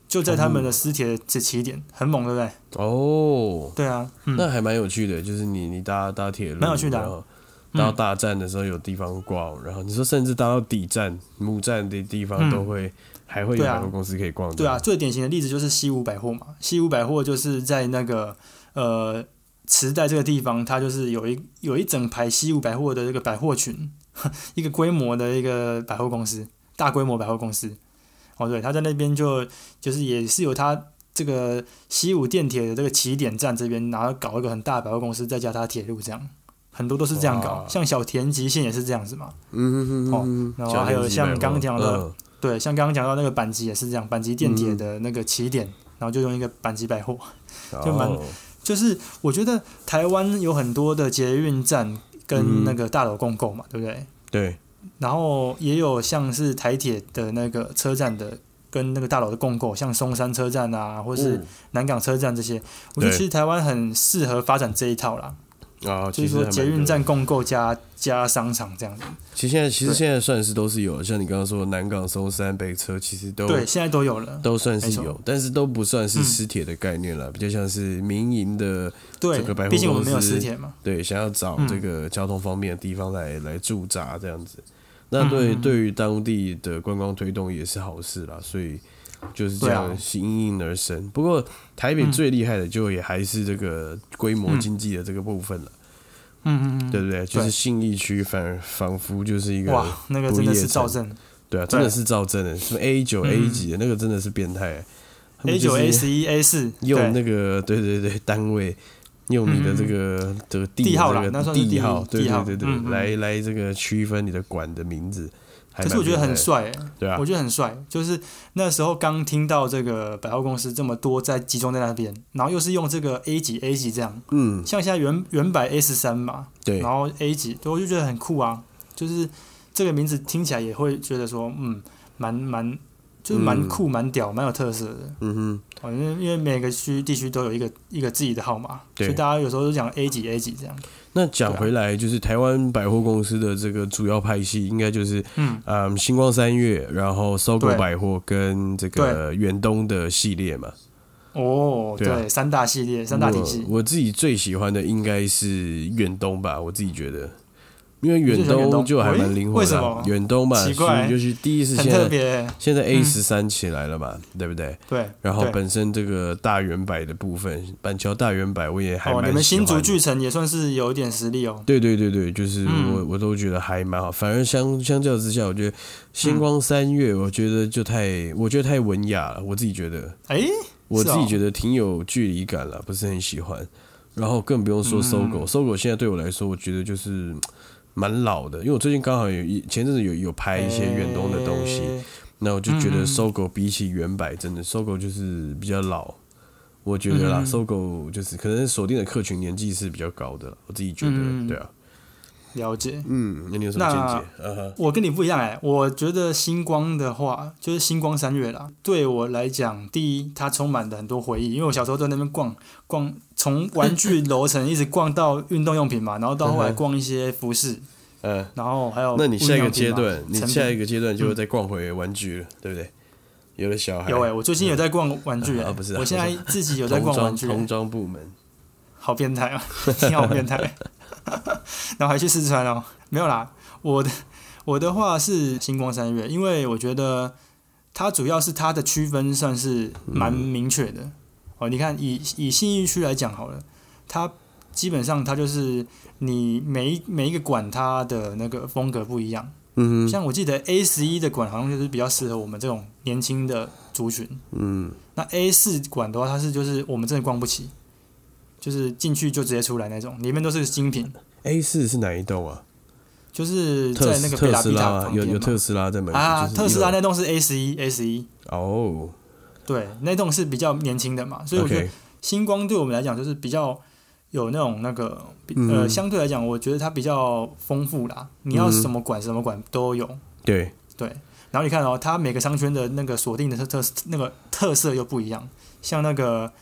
B: 就在他们的私铁的起点，很猛，对不对？
A: 哦，
B: 对啊，嗯，
A: 那还蛮有趣的，就是你你搭搭铁路，
B: 蛮有趣的啊
A: 然后到大站的时候有地方逛，然后你说甚至搭到底站、母站的地方
B: 嗯
A: 都会、还会有
B: 对啊
A: 百货公司可以逛。
B: 对啊，，最典型的例子就是西武百货嘛。西武百货就是在那个呃池袋这个地方，它就是有一有一整排西武百货的这个百货群， 一个规模的一个百货公司，大规模百货公司。哦，对，它在那边就就是也是有它这个西武电铁的这个起点站这边，然后搞一个很大的百货公司，再加它铁路这样。很多都是这样搞
A: 哇，
B: 像小田急线也是这样子嘛。
A: 嗯嗯
B: 哦
A: 嗯，
B: 然后还有像刚讲的
A: 嗯
B: 对，像刚刚讲到那个板级也是这样，板级电铁的那个起点，然后就用一个板级百货。就蛮
A: 哦
B: 就是我觉得台湾有很多的捷运站
A: 嗯
B: 跟那个大楼共购嘛，对不对？
A: 对，
B: 然后也有像是台铁的那个车站的跟那个大楼的共购，像松山车站啊，或是南港车站这些，我觉
A: 嗯
B: 得
A: 对
B: 其实台湾很适合发展这一套啦，
A: 嗯啊，
B: 就是
A: 其实还
B: 说
A: 蛮
B: 捷运
A: 多的，
B: 站共购加加商场这样子。
A: 其实现在其实
B: 对
A: 现在算是都是有，像你刚刚说的南港、松山、北车，其实都
B: 对，现在都有了。
A: 都算是
B: 没错
A: 有，但是都不算是
B: 嗯
A: 私铁的概念了，比较像是民营的
B: 对
A: 这个百货，
B: 毕竟我们没有
A: 公司
B: 实铁嘛。
A: 对，想要找
B: 嗯
A: 这个交通方便的地方来、来驻扎这样子。那对、
B: 嗯嗯嗯
A: 对于当地的观光推动也是好事啦，所以就是这
B: 对啊
A: 样应运而生。不过台北
B: 嗯
A: 最厉害的就也还是这个规模
B: 嗯
A: 经济的这个部分了，
B: 嗯嗯嗯，
A: 对不对？就是
B: 对
A: 信义区反而仿佛就是一
B: 哇
A: 个，
B: 那个真的
A: 不夜
B: 是
A: 城
B: 造镇。
A: 对啊，真的是造真的，什么 A 九、A 级的那个真的是变态、啊他们
B: A
A: 就
B: 九、
A: 是
B: 嗯 A 十一、A 四，
A: 用
B: 对嗯
A: 那个对对对单位，用你的这个这个地
B: 地号啦
A: 这
B: 那
A: 个
B: 算是
A: 地号，
B: 地
A: 对
B: 地号
A: 对对对
B: 嗯，嗯
A: 来来这个区分你的馆的名字。还
B: 可是我
A: 蛮
B: 觉得
A: 厉害
B: 很
A: 的，
B: 帅、欸，
A: 对啊
B: 我，觉得很帅。就是那时候刚听到这个百货公司这么多在集中在那边，然后又是用这个 A 级 A 级这样，
A: 嗯，
B: 像现在原原版 A 十三嘛，
A: 对
B: 然，后 A 级，对我就觉得很酷啊。就是这个名字听起来也会觉得说，嗯，蛮蛮就是蛮
A: 嗯
B: 酷、蛮屌、蛮有特色的。
A: 嗯哼，
B: 哦，因为因为每个区地区都有一个一个自己的号码，
A: 对
B: 所以大家有时候就讲 A 级 A 级这样。
A: 那讲
B: 对啊
A: 回来，就是台湾百货公司的这个主要派系，应该就是
B: 嗯，
A: 嗯星光三月，然后搜狗
B: 对
A: 百货跟这个远东的系列嘛。
B: 哦，
A: 对啊
B: 三大系列、三大体系。
A: 我我自己最喜欢的应该是远东吧，我自己觉得。因为远
B: 我就喜欢远
A: 东
B: 东
A: 就还蛮灵活
B: 喂为什
A: 的
B: 么，
A: 远东嘛，
B: 奇
A: 所
B: 怪
A: 以就是第一是
B: 很
A: 现
B: 特
A: 在
B: 别欸、
A: 现在 A
B: 嗯
A: 十三起来了嘛，对不对？
B: 对。
A: 然后
B: 对
A: 本身这个大圆柏的部分，板桥大圆柏我也还
B: 哦，
A: 蛮
B: 你们
A: 喜
B: 新
A: 欢
B: 竹
A: 的
B: 巨城也算是有一点实力哦。
A: 对对对对，就是我、
B: 嗯
A: 我都觉得还蛮好，反而相相较之下，我觉得
B: 嗯
A: 星光三月，我觉得就太，我觉得太文雅了，我自己觉得，
B: 哎、
A: 我
B: 是
A: 自
B: 哦
A: 己觉得挺有距离感了，不是很喜欢。然后更不用说搜
B: 嗯
A: 狗，搜狗现在对我来说，我觉得就是嗯蛮老的，因为我最近刚好有一前阵子有有拍一些远东的东西，
B: 哎
A: 那我就觉
B: 嗯嗯
A: 得
B: 嗯
A: 搜狗比起原版真的搜狗就是比较老，我觉得
B: 嗯
A: 啦，
B: 嗯
A: 搜狗就是可能锁定的客群年纪是比较高的啦，我自己觉
B: 嗯
A: 得，
B: 嗯
A: 对啊，
B: 了解。
A: 嗯，那你有什么见解？啊哈，
B: 我跟你不一样哎、我觉得星光的话，就是星光三月啦。对我来讲，第一，它充满了很多回忆，因为我小时候在那边逛逛，从玩具楼层一直逛到运动用品 嘛，然后到后来
A: 嗯哼
B: 逛一些服饰，
A: 嗯，
B: 然后还有
A: 那你下一个
B: 运动
A: 阶
B: 品嘛
A: 段，你
B: 成
A: 下一
B: 品
A: 个阶段就会再逛回玩具了，对不对？有了小孩，
B: 嗯有哎、我最近有在逛玩具哎、
A: 啊不是啊
B: 我现在自己有在
A: 童
B: 逛玩
A: 装
B: 具、哎
A: 童装部门，
B: 好变态哦，你好 变态，然后还去四川哦，没有啦，我的我的话是星光三月，因为我觉得它主要是它的区分算是蛮明确
A: 嗯
B: 的、哦。你看以以信义区来讲好了，它基本上它就是你每一每一个馆它的那个风格不一样，
A: 嗯哼，
B: 像我记得 A 十一的馆好像就是比较适合我们这种年轻的族群，
A: 嗯，
B: 那 A 四馆的话，它是就是我们真的逛不起，就是进去就直接出来那种，里面都是 精品，
A: A 四哎是哪一栋啊？
B: 就是
A: 特
B: 在
A: 斯
B: 那个贝
A: 特
B: 拉
A: 斯
B: 比
A: 拉
B: 塔
A: 啊
B: 旁
A: 有有
B: 边嘛
A: 特斯拉在门口
B: 啊，
A: 就是
B: 特斯拉
A: 一楼
B: 那栋是 A 十一 A 十一，
A: 哦
B: 对，那栋是比较年轻的嘛，所以我觉得
A: ，OK，
B: 星光对我们来讲就是比较有那种那个比呃，
A: 嗯
B: 相对来讲，我觉得它比较丰富啦，你要什么馆什么馆都有，
A: 对，
B: 对，然后你看哦，它每个商圈的那个锁定的特特那个特色又不一样，像那个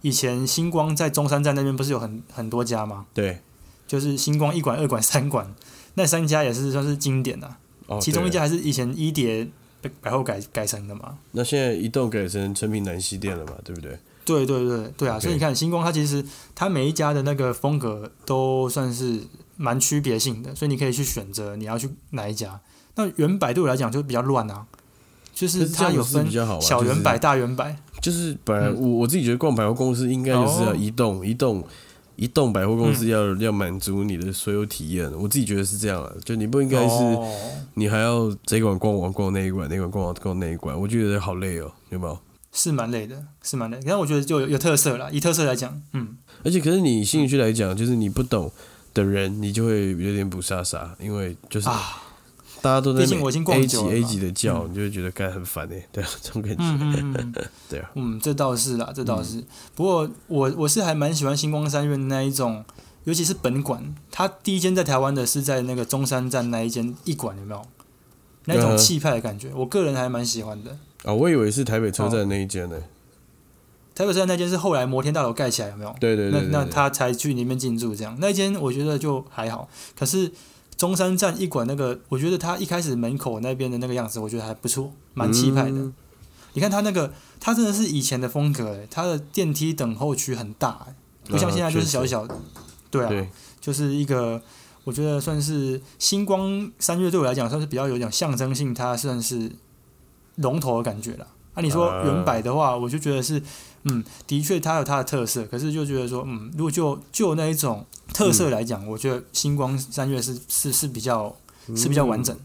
B: 以前星光在中山站那边不是有很很多家吗？
A: 对，
B: 就是星光一馆、二馆、三馆，那三家也是算是经典的、
A: 哦，
B: 其中
A: 对
B: 一家还是以前一叠百百货改改成的嘛。
A: 那现在一栋改成成品南西店了嘛，对不对？
B: 对对对对啊
A: OK
B: 所以你看星光它其实它每一家的那个风格都算是蛮区别性的，所以你可以去选择你要去哪一家。那原百对我来讲就比较乱啊，就是
A: 可这
B: 它
A: 样
B: 有
A: 子是
B: 分
A: 比较好玩，啊
B: 小
A: 就是
B: 圆百、大圆百，
A: 就是本来
B: 嗯
A: 我我自己觉得逛百货公司应该就是要
B: 哦嗯
A: 一栋一栋一栋百货公司要要满足你的所有体验，我自己觉得是这样啊，就你不应该是
B: 哦、
A: 你还要这一馆逛完逛那一馆，那一馆逛完逛那一馆，我觉得好累哦，有没有？
B: 是蛮累的，是蛮累的。但我觉得就有有特色啦，以特色来讲，嗯，
A: 而且可是你兴趣来讲，就是你不懂的人，你就会有点不飒飒，因为就是
B: 啊，
A: 大家都在
B: 毕竟我已经逛
A: A
B: 久
A: 级
B: 了嘛
A: A 级的叫，你就会觉得该很烦哎， 对啊，这种感觉，
B: 嗯嗯嗯，嗯
A: 对啊，嗯
B: 嗯，这倒是啦，这倒是。不过我我是还蛮喜欢星光三院那一种，尤其是本馆，它第一间在台湾的是在那个中山站那一间一馆，有没有？那一
A: 嗯
B: 种
A: 哼
B: 气派的感觉，我个人还蛮喜欢的。
A: 啊，我以为是台北车
B: 哦
A: 站那一间呢，
B: 台北车站那间是后来摩天大楼盖起来，有没有？
A: 对对对
B: 那
A: 对对，
B: 那他才去里面进驻，这样那间我觉得就还好。可是中山站一馆那个，我觉得他一开始门口那边的那个样子，我觉得还不错，蛮气派的。
A: 嗯
B: 你看他那个，他真的是以前的风格、欸，他的电梯等候区很大、欸，不像
A: 啊
B: 现在就是
A: 确实
B: 小小的。对啊，
A: 对。
B: 就是一个我觉得算是星光三月对我来讲算是比较有点象征性，它算是龙头的感觉了。啊，你说
A: 啊
B: 原版的话，我就觉得是，嗯，的确它有它的特色，可是就觉得说，嗯，如果就就那一种特
A: 嗯
B: 色来讲，我觉得星光三月是是是比较是
A: 嗯
B: 比较完整。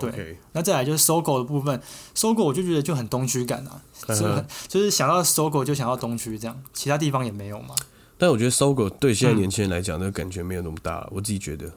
B: 对
A: OK，
B: 那再来就是搜狗的部分，搜狗我就觉得就很东区感啊，
A: 嗯哼
B: 是很就是想到搜狗就想到东区这样，其他地方也没有嘛，
A: 但我觉得搜狗对现
B: 嗯
A: 在年轻人来讲，那个感觉没有那么大，我自己觉得。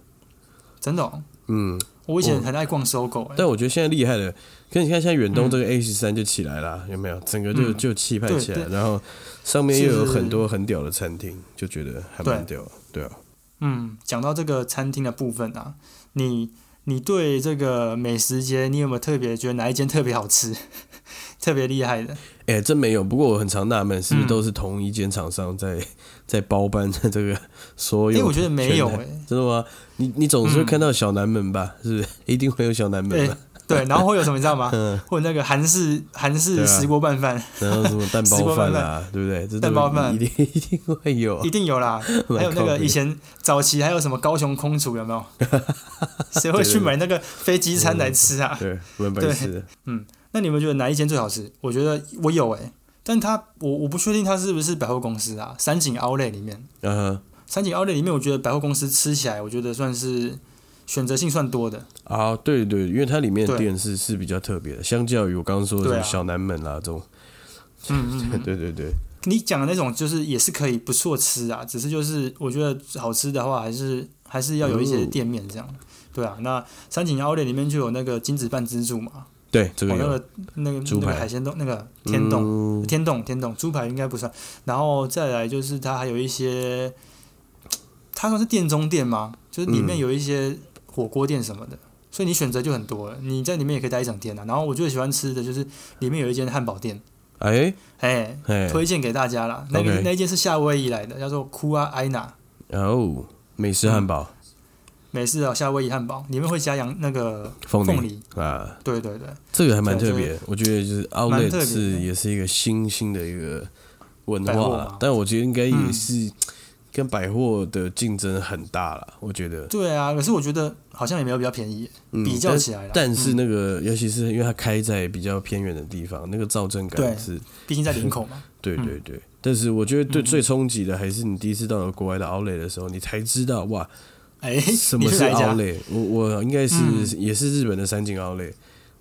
B: 真的、哦。
A: 嗯，
B: 我以前很爱逛搜狗、欸，
A: 但我觉得现在厉害的，可是你看现在远东这个 A 十三就起来了，有没有？整个就
B: 嗯
A: 就气派起来，
B: 对对
A: 然后上面又有
B: 是是是
A: 很多很屌的餐厅，就觉得还蛮屌的，对啊。
B: 嗯，讲到这个餐厅的部分啊，你你对这个美食街，你有没有特别觉得哪一间特别好吃， 特别厉害的？
A: 哎、真没有。不过我很常纳闷，是不是
B: 嗯
A: 都是同一间厂商在在包办的这个所
B: 因为
A: 有？
B: 我觉得没有欸
A: 全
B: 诶、
A: 台真的吗？你你总是会
B: 嗯
A: 看到小南门吧？是不是？一定会有小南门
B: 对
A: 吧？
B: 对，然后会有什么你知道吗？
A: 嗯，
B: 会有那个韩式韩
A: 对
B: 式
A: 啊
B: 石锅拌饭，
A: 然后什么 蛋
B: 石
A: 包
B: 锅拌
A: 饭啊，对不对？这
B: 蛋包饭
A: 一定 一定会有
B: 一，定有啦。还有
A: 蛮
B: 那
A: 靠
B: 个
A: 北
B: 以前早期还有什么高雄空厨 有没有？谁会
A: 对
B: 去
A: 对对
B: 买那个飞机餐来吃啊？
A: 对，蛮白
B: 对
A: 痴的。
B: 那你们觉得哪一间最好吃？我觉得我有诶、但它我我不确定它是不是百货公司啊。三井奥莱里面，
A: 嗯
B: 三井奥莱里面，我觉得百货公司吃起来，我觉得算是选择性算多的。
A: 哼，啊，对对，因为它里面的
B: 对
A: 店是是比较特别的，相较于我刚刚说的什
B: 对
A: 么
B: 啊
A: 小南门啦这种，
B: 嗯嗯嗯，
A: 对对对，
B: 你讲的那种就是也是可以不错吃啊，只是就是我觉得好吃的话，还是还是要有一些
A: 嗯
B: 店面这样。对啊，那三井奥莱里面就有那个金子拌自助嘛，
A: 对这个
B: 哦，那
A: 有嗯
B: 个那个
A: 猪
B: 那个
A: 排
B: 海鲜冻，那个天冻、
A: 冻
B: 天冻天冻猪排应该不算。然后再来就是它还有一些，它算是店中店吗？就是里面
A: 嗯
B: 有一些火锅店什么的，所以你选择就很多了。你在里面也可以待一整天啊。然后我最喜欢吃的就是里面有一间汉堡店，
A: 哎
B: 哎，
A: 哎，
B: 推荐给大家啦。那个
A: OK
B: 那一间是夏威夷来的，叫做库阿埃娜。
A: 哦，美式汉
B: 嗯
A: 堡
B: 美式的夏威夷汉堡里面会加洋那个
A: 凤
B: 凤
A: 梨
B: 梨，
A: 啊，
B: 对对对，
A: 这个还蛮
B: 对
A: 特
B: 这个
A: 别的，我觉得就是
B: 蛮特
A: outlet
B: 别的
A: 是也是一个新兴的一个文
B: 百货
A: 化啦
B: 嘛，
A: 但我觉得应该也
B: 嗯
A: 是跟百货的竞争很大了，我觉得。
B: 对啊。可是我觉得好像也没有比较便宜，
A: 嗯
B: 比较起来啦嗯
A: 但，但是那个，尤其是因为它开在比较偏远的地方，那个噪震
B: 对
A: 感是，
B: 毕竟在林口 嘛。
A: 对
B: 嗯
A: 对对。但是我觉得对
B: 嗯
A: 最冲击的还是你第一次到了国外的 Outlet 的时候，你才知道哇，
B: 哎，
A: 什
B: 你
A: 么
B: 去
A: 是
B: 哪一家？
A: Outlet。我我应该是、
B: 嗯
A: 也是日本的三井 Outlet，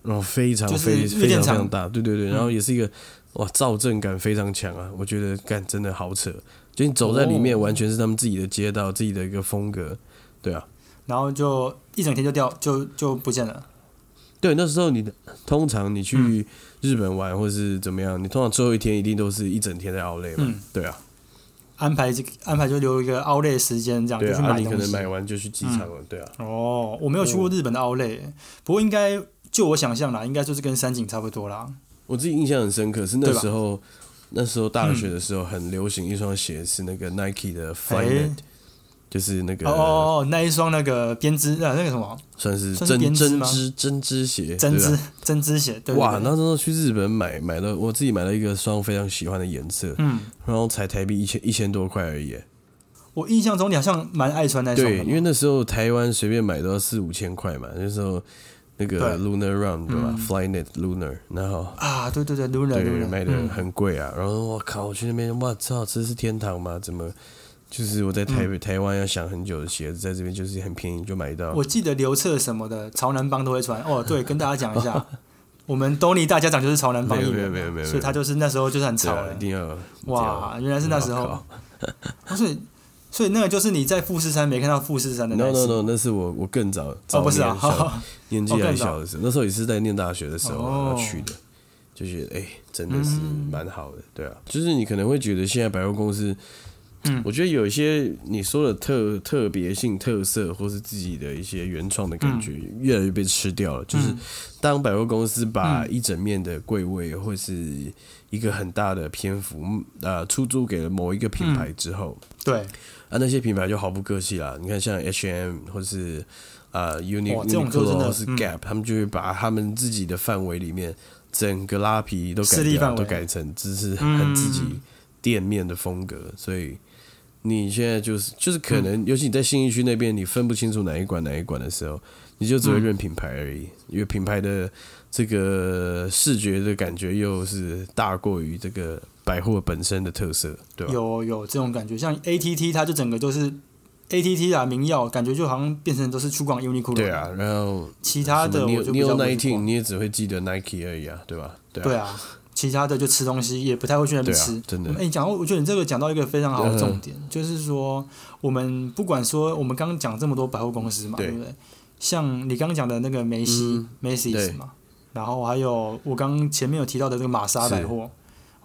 A: 然后非常
B: 就是
A: 非、
B: 日
A: 非
B: 电
A: 常非
B: 厂
A: 常大，对对对，
B: 嗯
A: 然后也是一个、哇噪震感非常强啊，我觉得干真的好扯，就你走在里面
B: 哦
A: 完全是他们自己的街道，自己的一个风格，对啊。
B: 然后就一整天就掉，就就不见了。
A: 对，那时候你的通常你
B: 嗯
A: 去日本玩或是怎么样，你通常最后一天一定都是一整天在 Outlet 嘛，
B: 嗯
A: 对啊，
B: 安排这个安排就留一个 Outlet 时间，这样
A: 对
B: 就
A: 啊，
B: 去
A: 啊
B: 买
A: 你可
B: 东
A: 能
B: 西嗯
A: 买。完就去机场了，对啊，
B: 哦，我没有去过日本的 Outlet，不过应该就我想象啦，应该就是跟山景差不多啦。
A: 我自己印象很深刻是那
B: 对吧嗯
A: 时候，那时候大学的时候很流行一双鞋是那个 Nike 的 Flyknit，、
B: 哎
A: 就是那
B: 哦
A: 个
B: 哦哦，那一双那个编织啊，那个什么
A: 算是
B: 算是
A: 针
B: 编织
A: 针
B: 吗
A: 织针织鞋，
B: 针
A: 对
B: 织
A: 啊
B: 针织鞋，对对
A: 哇，
B: 对
A: 那时候去日本买买了，我自己买了一个双非常喜欢的颜色，
B: 嗯，
A: 然后才台币一千一千多块而已耶，
B: 我印象中你好像蛮爱穿那一双
A: 对，
B: 的
A: 因为那时候台湾随便买都要四五千块嘛，那时候那个
B: 对
A: Lunar Run 对吧、
B: 嗯
A: f l y n e t Lunar，然后
B: 啊，对对对，Luna
A: 对
B: Luna 嗯
A: 卖的很贵啊，然后我靠，我去那边，哇操，这是天堂吗？怎么？就是我在台
B: 嗯
A: 北、台湾要想很久的鞋子，在这边就是很便宜就买到。
B: 我记得刘彻什么的，潮南帮都会穿。哦，对，跟大家讲一下， 我们东尼大家长就是潮南帮艺
A: 没有
B: 人
A: 没有没有没
B: 嘛，
A: 有
B: 所以他就是那时候就是很
A: 对
B: 潮
A: 啊，
B: 的
A: 一。定要
B: 哇，原来是那时候，
A: 哇靠
B: 哦所以所以那个就是你在富士山没看到富士山的那
A: ！No
B: 一
A: No
B: 次
A: no，那是我我更早，
B: 哦，
A: 早
B: 不是啊，
A: 年小
B: 好
A: 年纪
B: 哦更
A: 还
B: 早
A: 小的时候，那时候也是在念大学的时候
B: 哦
A: 然后去的，就觉得哎、真的是蛮好的，对啊，就是你可能会觉得现在百货公司，
B: 嗯
A: 我觉得有一些你说的特特别性、特色，或是自己的一些原创的感觉，越来越被吃掉了。就是
B: 嗯
A: 当百货公司把一整面的柜位或是一个很大的篇幅，呃，出租给了某一个
B: 嗯
A: 品牌之后，
B: 对，
A: 啊，那些品牌就毫不客气啦。你看，像 H&M 或是呃 Uni
B: 哇这种就
A: Uniqlo
B: 真的
A: 或是
B: 嗯
A: Gap，、他们就会把他们自己的范围里面整个拉皮都改
B: 势力
A: 掉，
B: 范围
A: 都改成只是
B: 嗯
A: 很自己店面的风格。所以你现在就是就是可能，
B: 嗯
A: 尤其你在信义区那边，你分不清楚哪一馆哪一馆的时候，你就只会认品牌而已，因为品牌的这个视觉的感觉又是大过于这个百货本身的特色，对吧？
B: 有有这种感觉，像 ATT 它就整个就是 ATT 啊，名耀感觉就好像变成都是出逛 Uniqlo，
A: 对啊，，然后
B: 其他的
A: 你
B: 我
A: 有
B: 就
A: 你
B: 比较
A: 有
B: 不会去
A: Nineteen，
B: 逛
A: 你也只会记得 Nike 而已啊，对吧？对啊，
B: 对啊，其他的就吃东西也不太会去那
A: 对
B: 边
A: 啊
B: 吃。
A: 真的嗯
B: 嗯哎、你讲到，我觉得你这个讲到一个非常好的重点，就是说，我们不管说我们刚刚讲这么多百货公司嘛，
A: 对
B: 对不对？像你刚刚讲的那个梅西、
A: 嗯
B: Macy's
A: 对
B: 嘛，然后还有我刚刚前面有提到的这个玛莎
A: 是
B: 百货，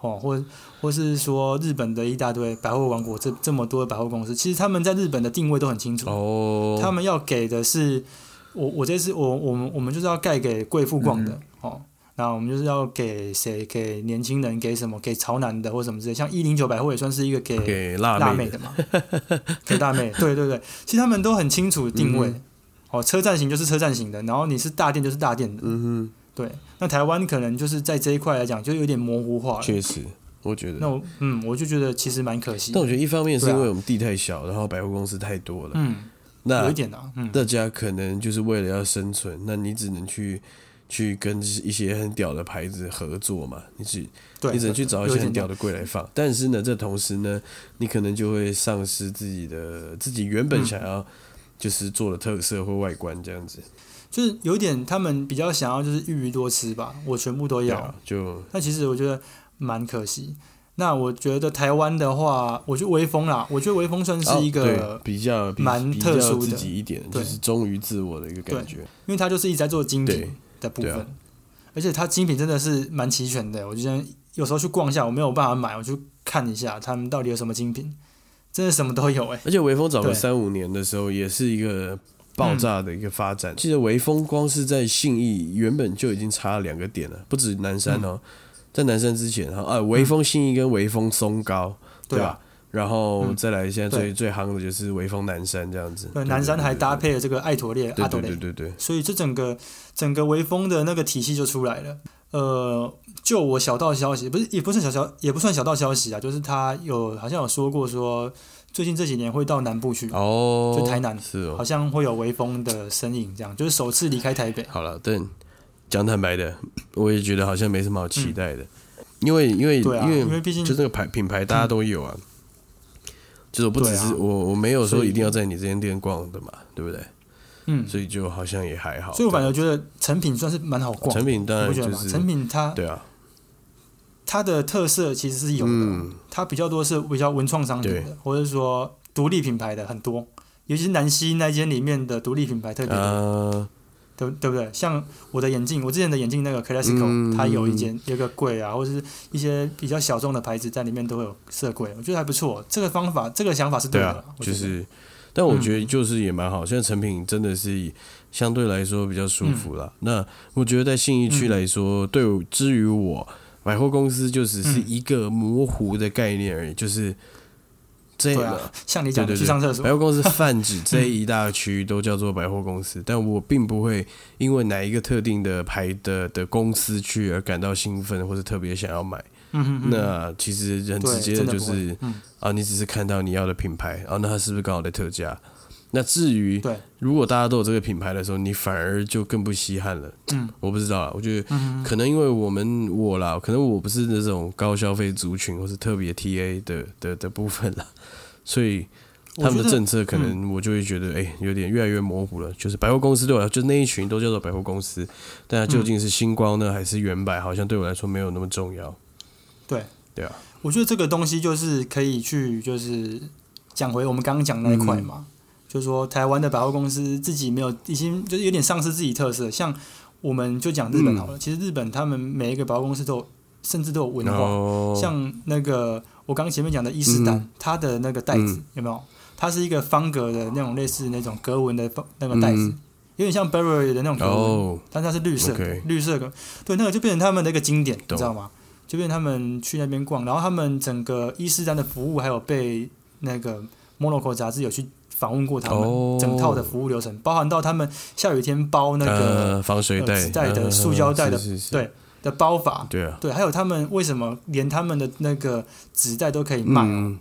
B: 哦，或或是说日本的一大堆百货王国，这这么多的百货公司，其实他们在日本的定位都很清楚，
A: 哦，
B: 他们要给的是，我我这次我我们我们就是要盖给贵妇逛的、
A: 嗯
B: 哦，那我们就是要给谁给年轻人给什么给潮男的或什么之类，像一零九百货也算是一个给
A: 给
B: 辣
A: 辣
B: 妹
A: 妹的
B: 的嘛，给辣妹，对对对，其实他们都很清楚定位、
A: 嗯
B: 哦，车站型就是车站型的，然后你是大店就是大店的，
A: 嗯
B: 对。那台湾可能就是在这一块来讲就有点模糊化
A: 哼，
B: 了。
A: 确实，我觉
B: 那
A: 得。
B: 我嗯，我就觉得其实蛮可惜
A: 但。我觉得一方面是
B: 对啊
A: 因为我们地太小，然后百货公司太多了，
B: 嗯，有
A: 那
B: 一点啊，嗯，
A: 大家可能就是为了要生存，那你只能去去跟一些很屌的牌子合作嘛，你只
B: 对，
A: 你只能去找一些很屌的
B: 点
A: 柜来放。但是呢，这同时呢，你可能就会丧失自己的自己原本
B: 嗯
A: 想要就是做的特色或外观这样子。
B: 就是有点他们比较想要就是一鱼多吃吧，我全部都
A: 对
B: 要。
A: 啊，就
B: 那其实我觉得蛮可惜。那我觉得台湾的话，我觉得微风啦，我觉得微风算是一
A: 哦
B: 个，
A: 对比较比
B: 蛮
A: 比
B: 特
A: 较
B: 殊的
A: 自己一点，就
B: 对
A: 是忠于自我的一个感
B: 对
A: 觉。
B: 因为它就是一直在做精
A: 对
B: 品的部分，
A: 对啊
B: 而且它精品真的是蛮齐全的。我就像有时候去逛一下，我没有办法买，我去看一下他们到底有什么精品，真的什么都有哎、
A: 而且微风早个
B: 对
A: 三五年的时候，也是一个爆炸的一个发展。记得微风光是在信义原本就已经差了两个点了，不止南山哦，在南山之前哈，啊，微风信义跟微风松高，
B: 对
A: 吧
B: 啊？
A: 然后
B: 嗯
A: 再来，现在最
B: 对
A: 最夯的就是微风南山这样子。
B: 对，南山还搭配了这个爱陀列
A: 对
B: 阿
A: 对
B: 斗
A: 对
B: 雷，
A: 对对，
B: 所以这整个整个微风的那个体系就出来了。呃，就我小道消息，不是也不是小小也不算小道消息啊，就是他有好像有说过说，最近这几年会到南部去，
A: 哦，
B: 就台南
A: 是
B: 好
A: 哦。
B: 像会有微风的身影，这样就是首次离开台北。
A: 好了，但讲坦白的， 我也觉得好像没什么好期待的，因为因为
B: 嗯对啊，因
A: 因为
B: 为毕竟嗯
A: 就那个牌品牌大家都有啊，就是我不只
B: 对啊
A: 是我我没有说
B: 所以
A: 一定要在你这间店逛的嘛，对不对？
B: 嗯，
A: 所以就好像也还好。
B: 所以我反
A: 对
B: 而觉得成品算是蛮好逛，
A: 成品当
B: 你
A: 然
B: 不觉得
A: 就
B: 吗？
A: 是
B: 成品它
A: 对啊，
B: 它的特色其实是有的，
A: 嗯
B: 它比较多是比较文创商品
A: 对
B: 的，或者说独立品牌的很多，尤其是南溪那间里面的独立品牌特别多。
A: 啊，
B: 对对不对？像我的眼镜，我之前的眼镜那个 Classico，、
A: 嗯
B: 它有一间有一个柜啊，或者是一些比较小众的牌子在里面都会有设柜，我觉得还不错。这个方法，这个想法是
A: 对
B: 的
A: 啊
B: 啦，，我觉
A: 就
B: 得嗯
A: 是，但我觉得就是也蛮好。现在成品真的是以相对来说比较舒服啦。
B: 嗯
A: 那我觉得在信义区来说，对我至于我百货公司就只是
B: 嗯
A: 一个模糊的概念而已，就是这
B: 对
A: 个。
B: 啊，像你
A: 对
B: 讲
A: 对
B: 的
A: 对，
B: 去上厕所
A: 百，货公司泛 指这一大区都叫做百货公司，但我并不会因为哪一个特定的牌的的公司去而感到兴奋或者特别想要买。
B: 嗯嗯嗯，
A: 那其实很
B: 对
A: 直接
B: 真的
A: 就
B: 不会
A: 是
B: 嗯
A: 啊，你只是看到你要的品牌啊，那它是不是刚好在特价？那至于
B: 对，
A: 如果大家都有这个品牌的时候，你反而就更不稀罕了。
B: 嗯
A: 我不知道啊啦，我觉得
B: 嗯嗯
A: 可能因为我们我啦，可能我不是那种高消费族群或是特别 TA 的的的部分啦， 所以
B: 我
A: 他们
B: 觉
A: 的
B: 得嗯
A: 政策可能我就会觉得，哎、有点越来越模糊了。就是百货公司对我来说，就那一群都叫做百货公司，但它究竟是星光呢，还是原百，好像对我来说没有那么重要。
B: 对
A: 对啊，
B: 我觉得这个东西就是可以去就是讲回我们刚刚讲那一块
A: 嗯
B: 嘛，就是说台湾的百货公司自己没有已经就是有点丧失自己特色，像我们就讲
A: 嗯
B: 日本好了，其实日本他们每一个百货公司都有，甚至都有文
A: 然
B: 化，
A: 后
B: 像那个我刚前面讲的伊势丹，它的那个袋子、
A: 嗯
B: 有没有？它是一个方格的那种类似那种格纹的方那个袋子，
A: 嗯
B: 有点像 Burberry 的那种格纹，
A: 哦，
B: 但是它是绿色的
A: OK
B: 绿色的，对，那个就变成他们的一个经典，你
A: 懂
B: 知道吗？就变成他们去那边逛，然后他们整个伊势丹的服务还有被那个 Monaco 杂志有去访问过他们、
A: 哦
B: 整套的服务流程，包含到他们下雨天包那个、
A: 呃防水
B: 呃
A: 袋、
B: 纸袋的
A: 呃
B: 塑胶袋的
A: 是是是
B: 对的包法，
A: 对啊，
B: 对，还有他们为什么连他们的那个纸袋都可以卖？
A: 嗯，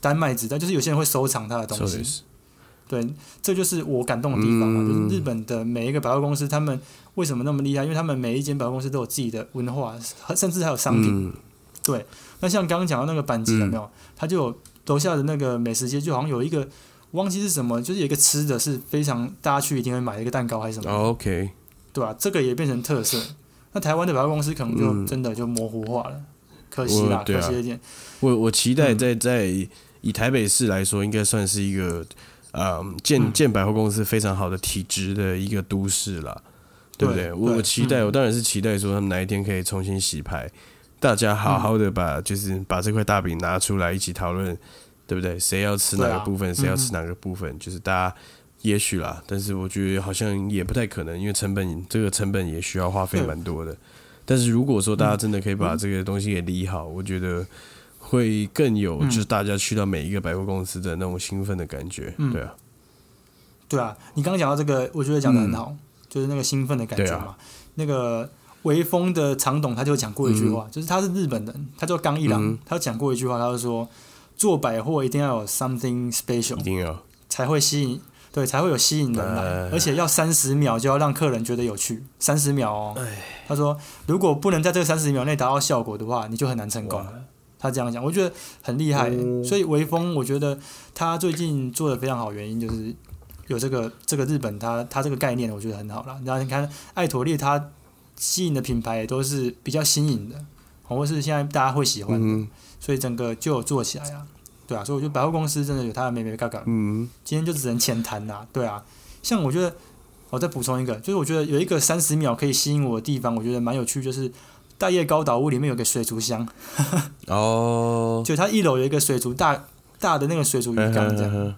B: 单卖纸袋就是有些人会收藏他的东
A: 说
B: 西
A: 的。是
B: 对，这就是我感动的地方嘛，
A: 嗯
B: 就是日本的每一个百货公司，他们为什么那么厉害？因为他们每一间百货公司都有自己的文化，甚至还有商品。
A: 嗯
B: 那像刚刚讲到那个板机有
A: 嗯
B: 没有？它就有楼下的那个美食街，就好像有一个我忘记是什么，就是有一个吃的是非常大家去一定会买的一个蛋糕还是什么，
A: 哦，OK，
B: 对吧、这个也变成特色。那台湾的百货公司可能就
A: 嗯
B: 真的就模糊化了，可惜啦
A: 我，对
B: 可
A: 啊
B: 惜了一点。
A: 我我期
B: 嗯
A: 待在在以台北市来说，应该算是一个呃建
B: 嗯
A: 建百货公司非常好的体质的一个都市啦，对不对？
B: 对
A: 我
B: 对
A: 我期待，
B: 嗯
A: 我当然是期待说他们哪一天可以重新洗牌，大家好好的
B: 嗯
A: 把就是把这块大饼拿出来一起讨论，对不对？谁要吃哪
B: 对
A: 个
B: 啊
A: 部分，谁要吃哪个部分，就是大家。也许啦，但是我觉得好像也不太可能，因为成本这个成本也需要花费
B: 对
A: 蛮多的。但是如果说大家真的可以把这个东西给理好，我觉得会更有
B: 嗯
A: 就是大家去到每一个百货公司的那种兴奋的感觉，
B: 嗯
A: 对啊，
B: 对啊，你刚刚讲到这个，我觉得讲的很好，就是那个兴奋的感
A: 嗯对
B: 觉
A: 啊
B: 嘛。那个微风的长董他就讲过一句话，就是他是日本人，他叫冈一郎，
A: 嗯
B: 他讲过一句话，他就说做百货一定要有 something
A: 一
B: special
A: 定要
B: 才会吸引，对，才会有吸引人来，
A: 哎
B: 而且要三十秒就要让客人觉得有趣，三十秒哦
A: 哎。
B: 他说如果不能在这三十秒内达到效果的话，你就很难成功
A: 哇。哦
B: 他这样讲，我觉得很厉害、所以微风，我觉得他最近做的非常好，原因就是有这个这个日本他他这个概念，我觉得很好啦。然后你看爱妥利，他吸引的品牌也都是比较新颖的，哦或是现在大家会喜欢的，
A: 嗯
B: 所以整个就有做起来啊。对啊，所以我觉得百货公司真的有它的美美嘎嘎。
A: 嗯，
B: 今天就只能浅谈啦。对啊，像我觉得，我再补充一个，就是我觉得有一个三十秒可以吸引我的地方，我觉得蛮有趣，就是大叶高岛屋里面有个水族箱，
A: 哦，
B: 就它一楼有一个水族大大的那个水族鱼缸，这样
A: 样，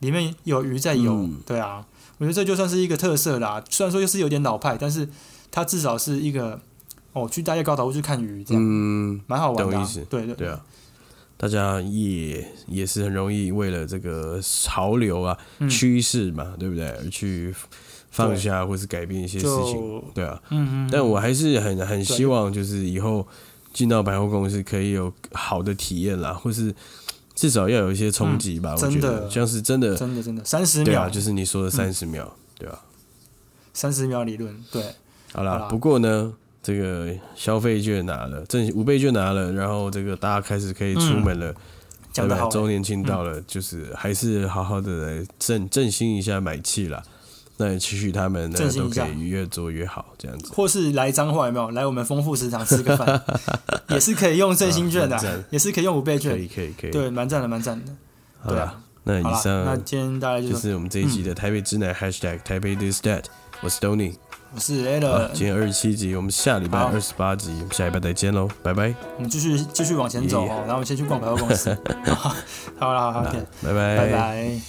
B: 里面有鱼在游
A: 嗯。
B: 对啊，我觉得这就算是一个特色啦。虽然说又是有点老派，但是它至少是一个哦，去大叶高岛屋去看鱼这样，
A: 嗯，
B: 蛮好玩的
A: 懂
B: 啊
A: 意思。
B: 对对
A: 对啊，大家也也是很容易为了这个潮流啊、
B: 嗯
A: 趋势嘛，对不对？而去放
B: 对
A: 下或是改变一些事情，
B: 就
A: 对啊。
B: 嗯嗯，
A: 但我还是很很希望，就是以后进到百货公司可以有好的体验啦，或是至少要有一些冲击吧。我
B: 嗯真
A: 觉
B: 的
A: 得像是真的，
B: 真的嗯真的三十
A: 对
B: 秒
A: 啊，，就是你说的三十秒，对吧、
B: 三十秒理论，对，
A: 好
B: 好
A: 啦
B: 啦，
A: 不过呢，这个消费券拿了，正五倍券拿了，然后这个大家开始可以出门
B: 嗯
A: 了，
B: 讲
A: 对
B: 得
A: 吧
B: 好欸。
A: 周年庆到了，就是还是好好的来振振兴一下买气啦。那也期许他们呢
B: 振兴
A: 都
B: 一下
A: 可以越做越好，这样子。
B: 或是来彰化有没有？来我们丰富食堂吃 个饭，也是可以用振兴券的、
A: 啊蛮赞
B: 也是可以用五倍
A: 可
B: 券，
A: 以可以可以，
B: 对，蛮赞的，蛮赞的。
A: 好
B: 对
A: 啦
B: 啊，
A: 那
B: 好
A: 以
B: 啦，那
A: 上
B: 今天嗯大概就，
A: 就是是我们这一集的台北之南 #hashtag 台北 this that，我是 Tony，
B: 我是
A: 好
B: Alan，
A: 今天二十七集，我们下礼拜
B: 呃好
A: 二十八集，我们下礼拜再见喽，拜拜，
B: 我们继续继续往前走、哦，
A: 耶
B: 然后我们先去逛百货公司。好啦，好啦，好，OK，
A: 哎拜
B: 拜拜。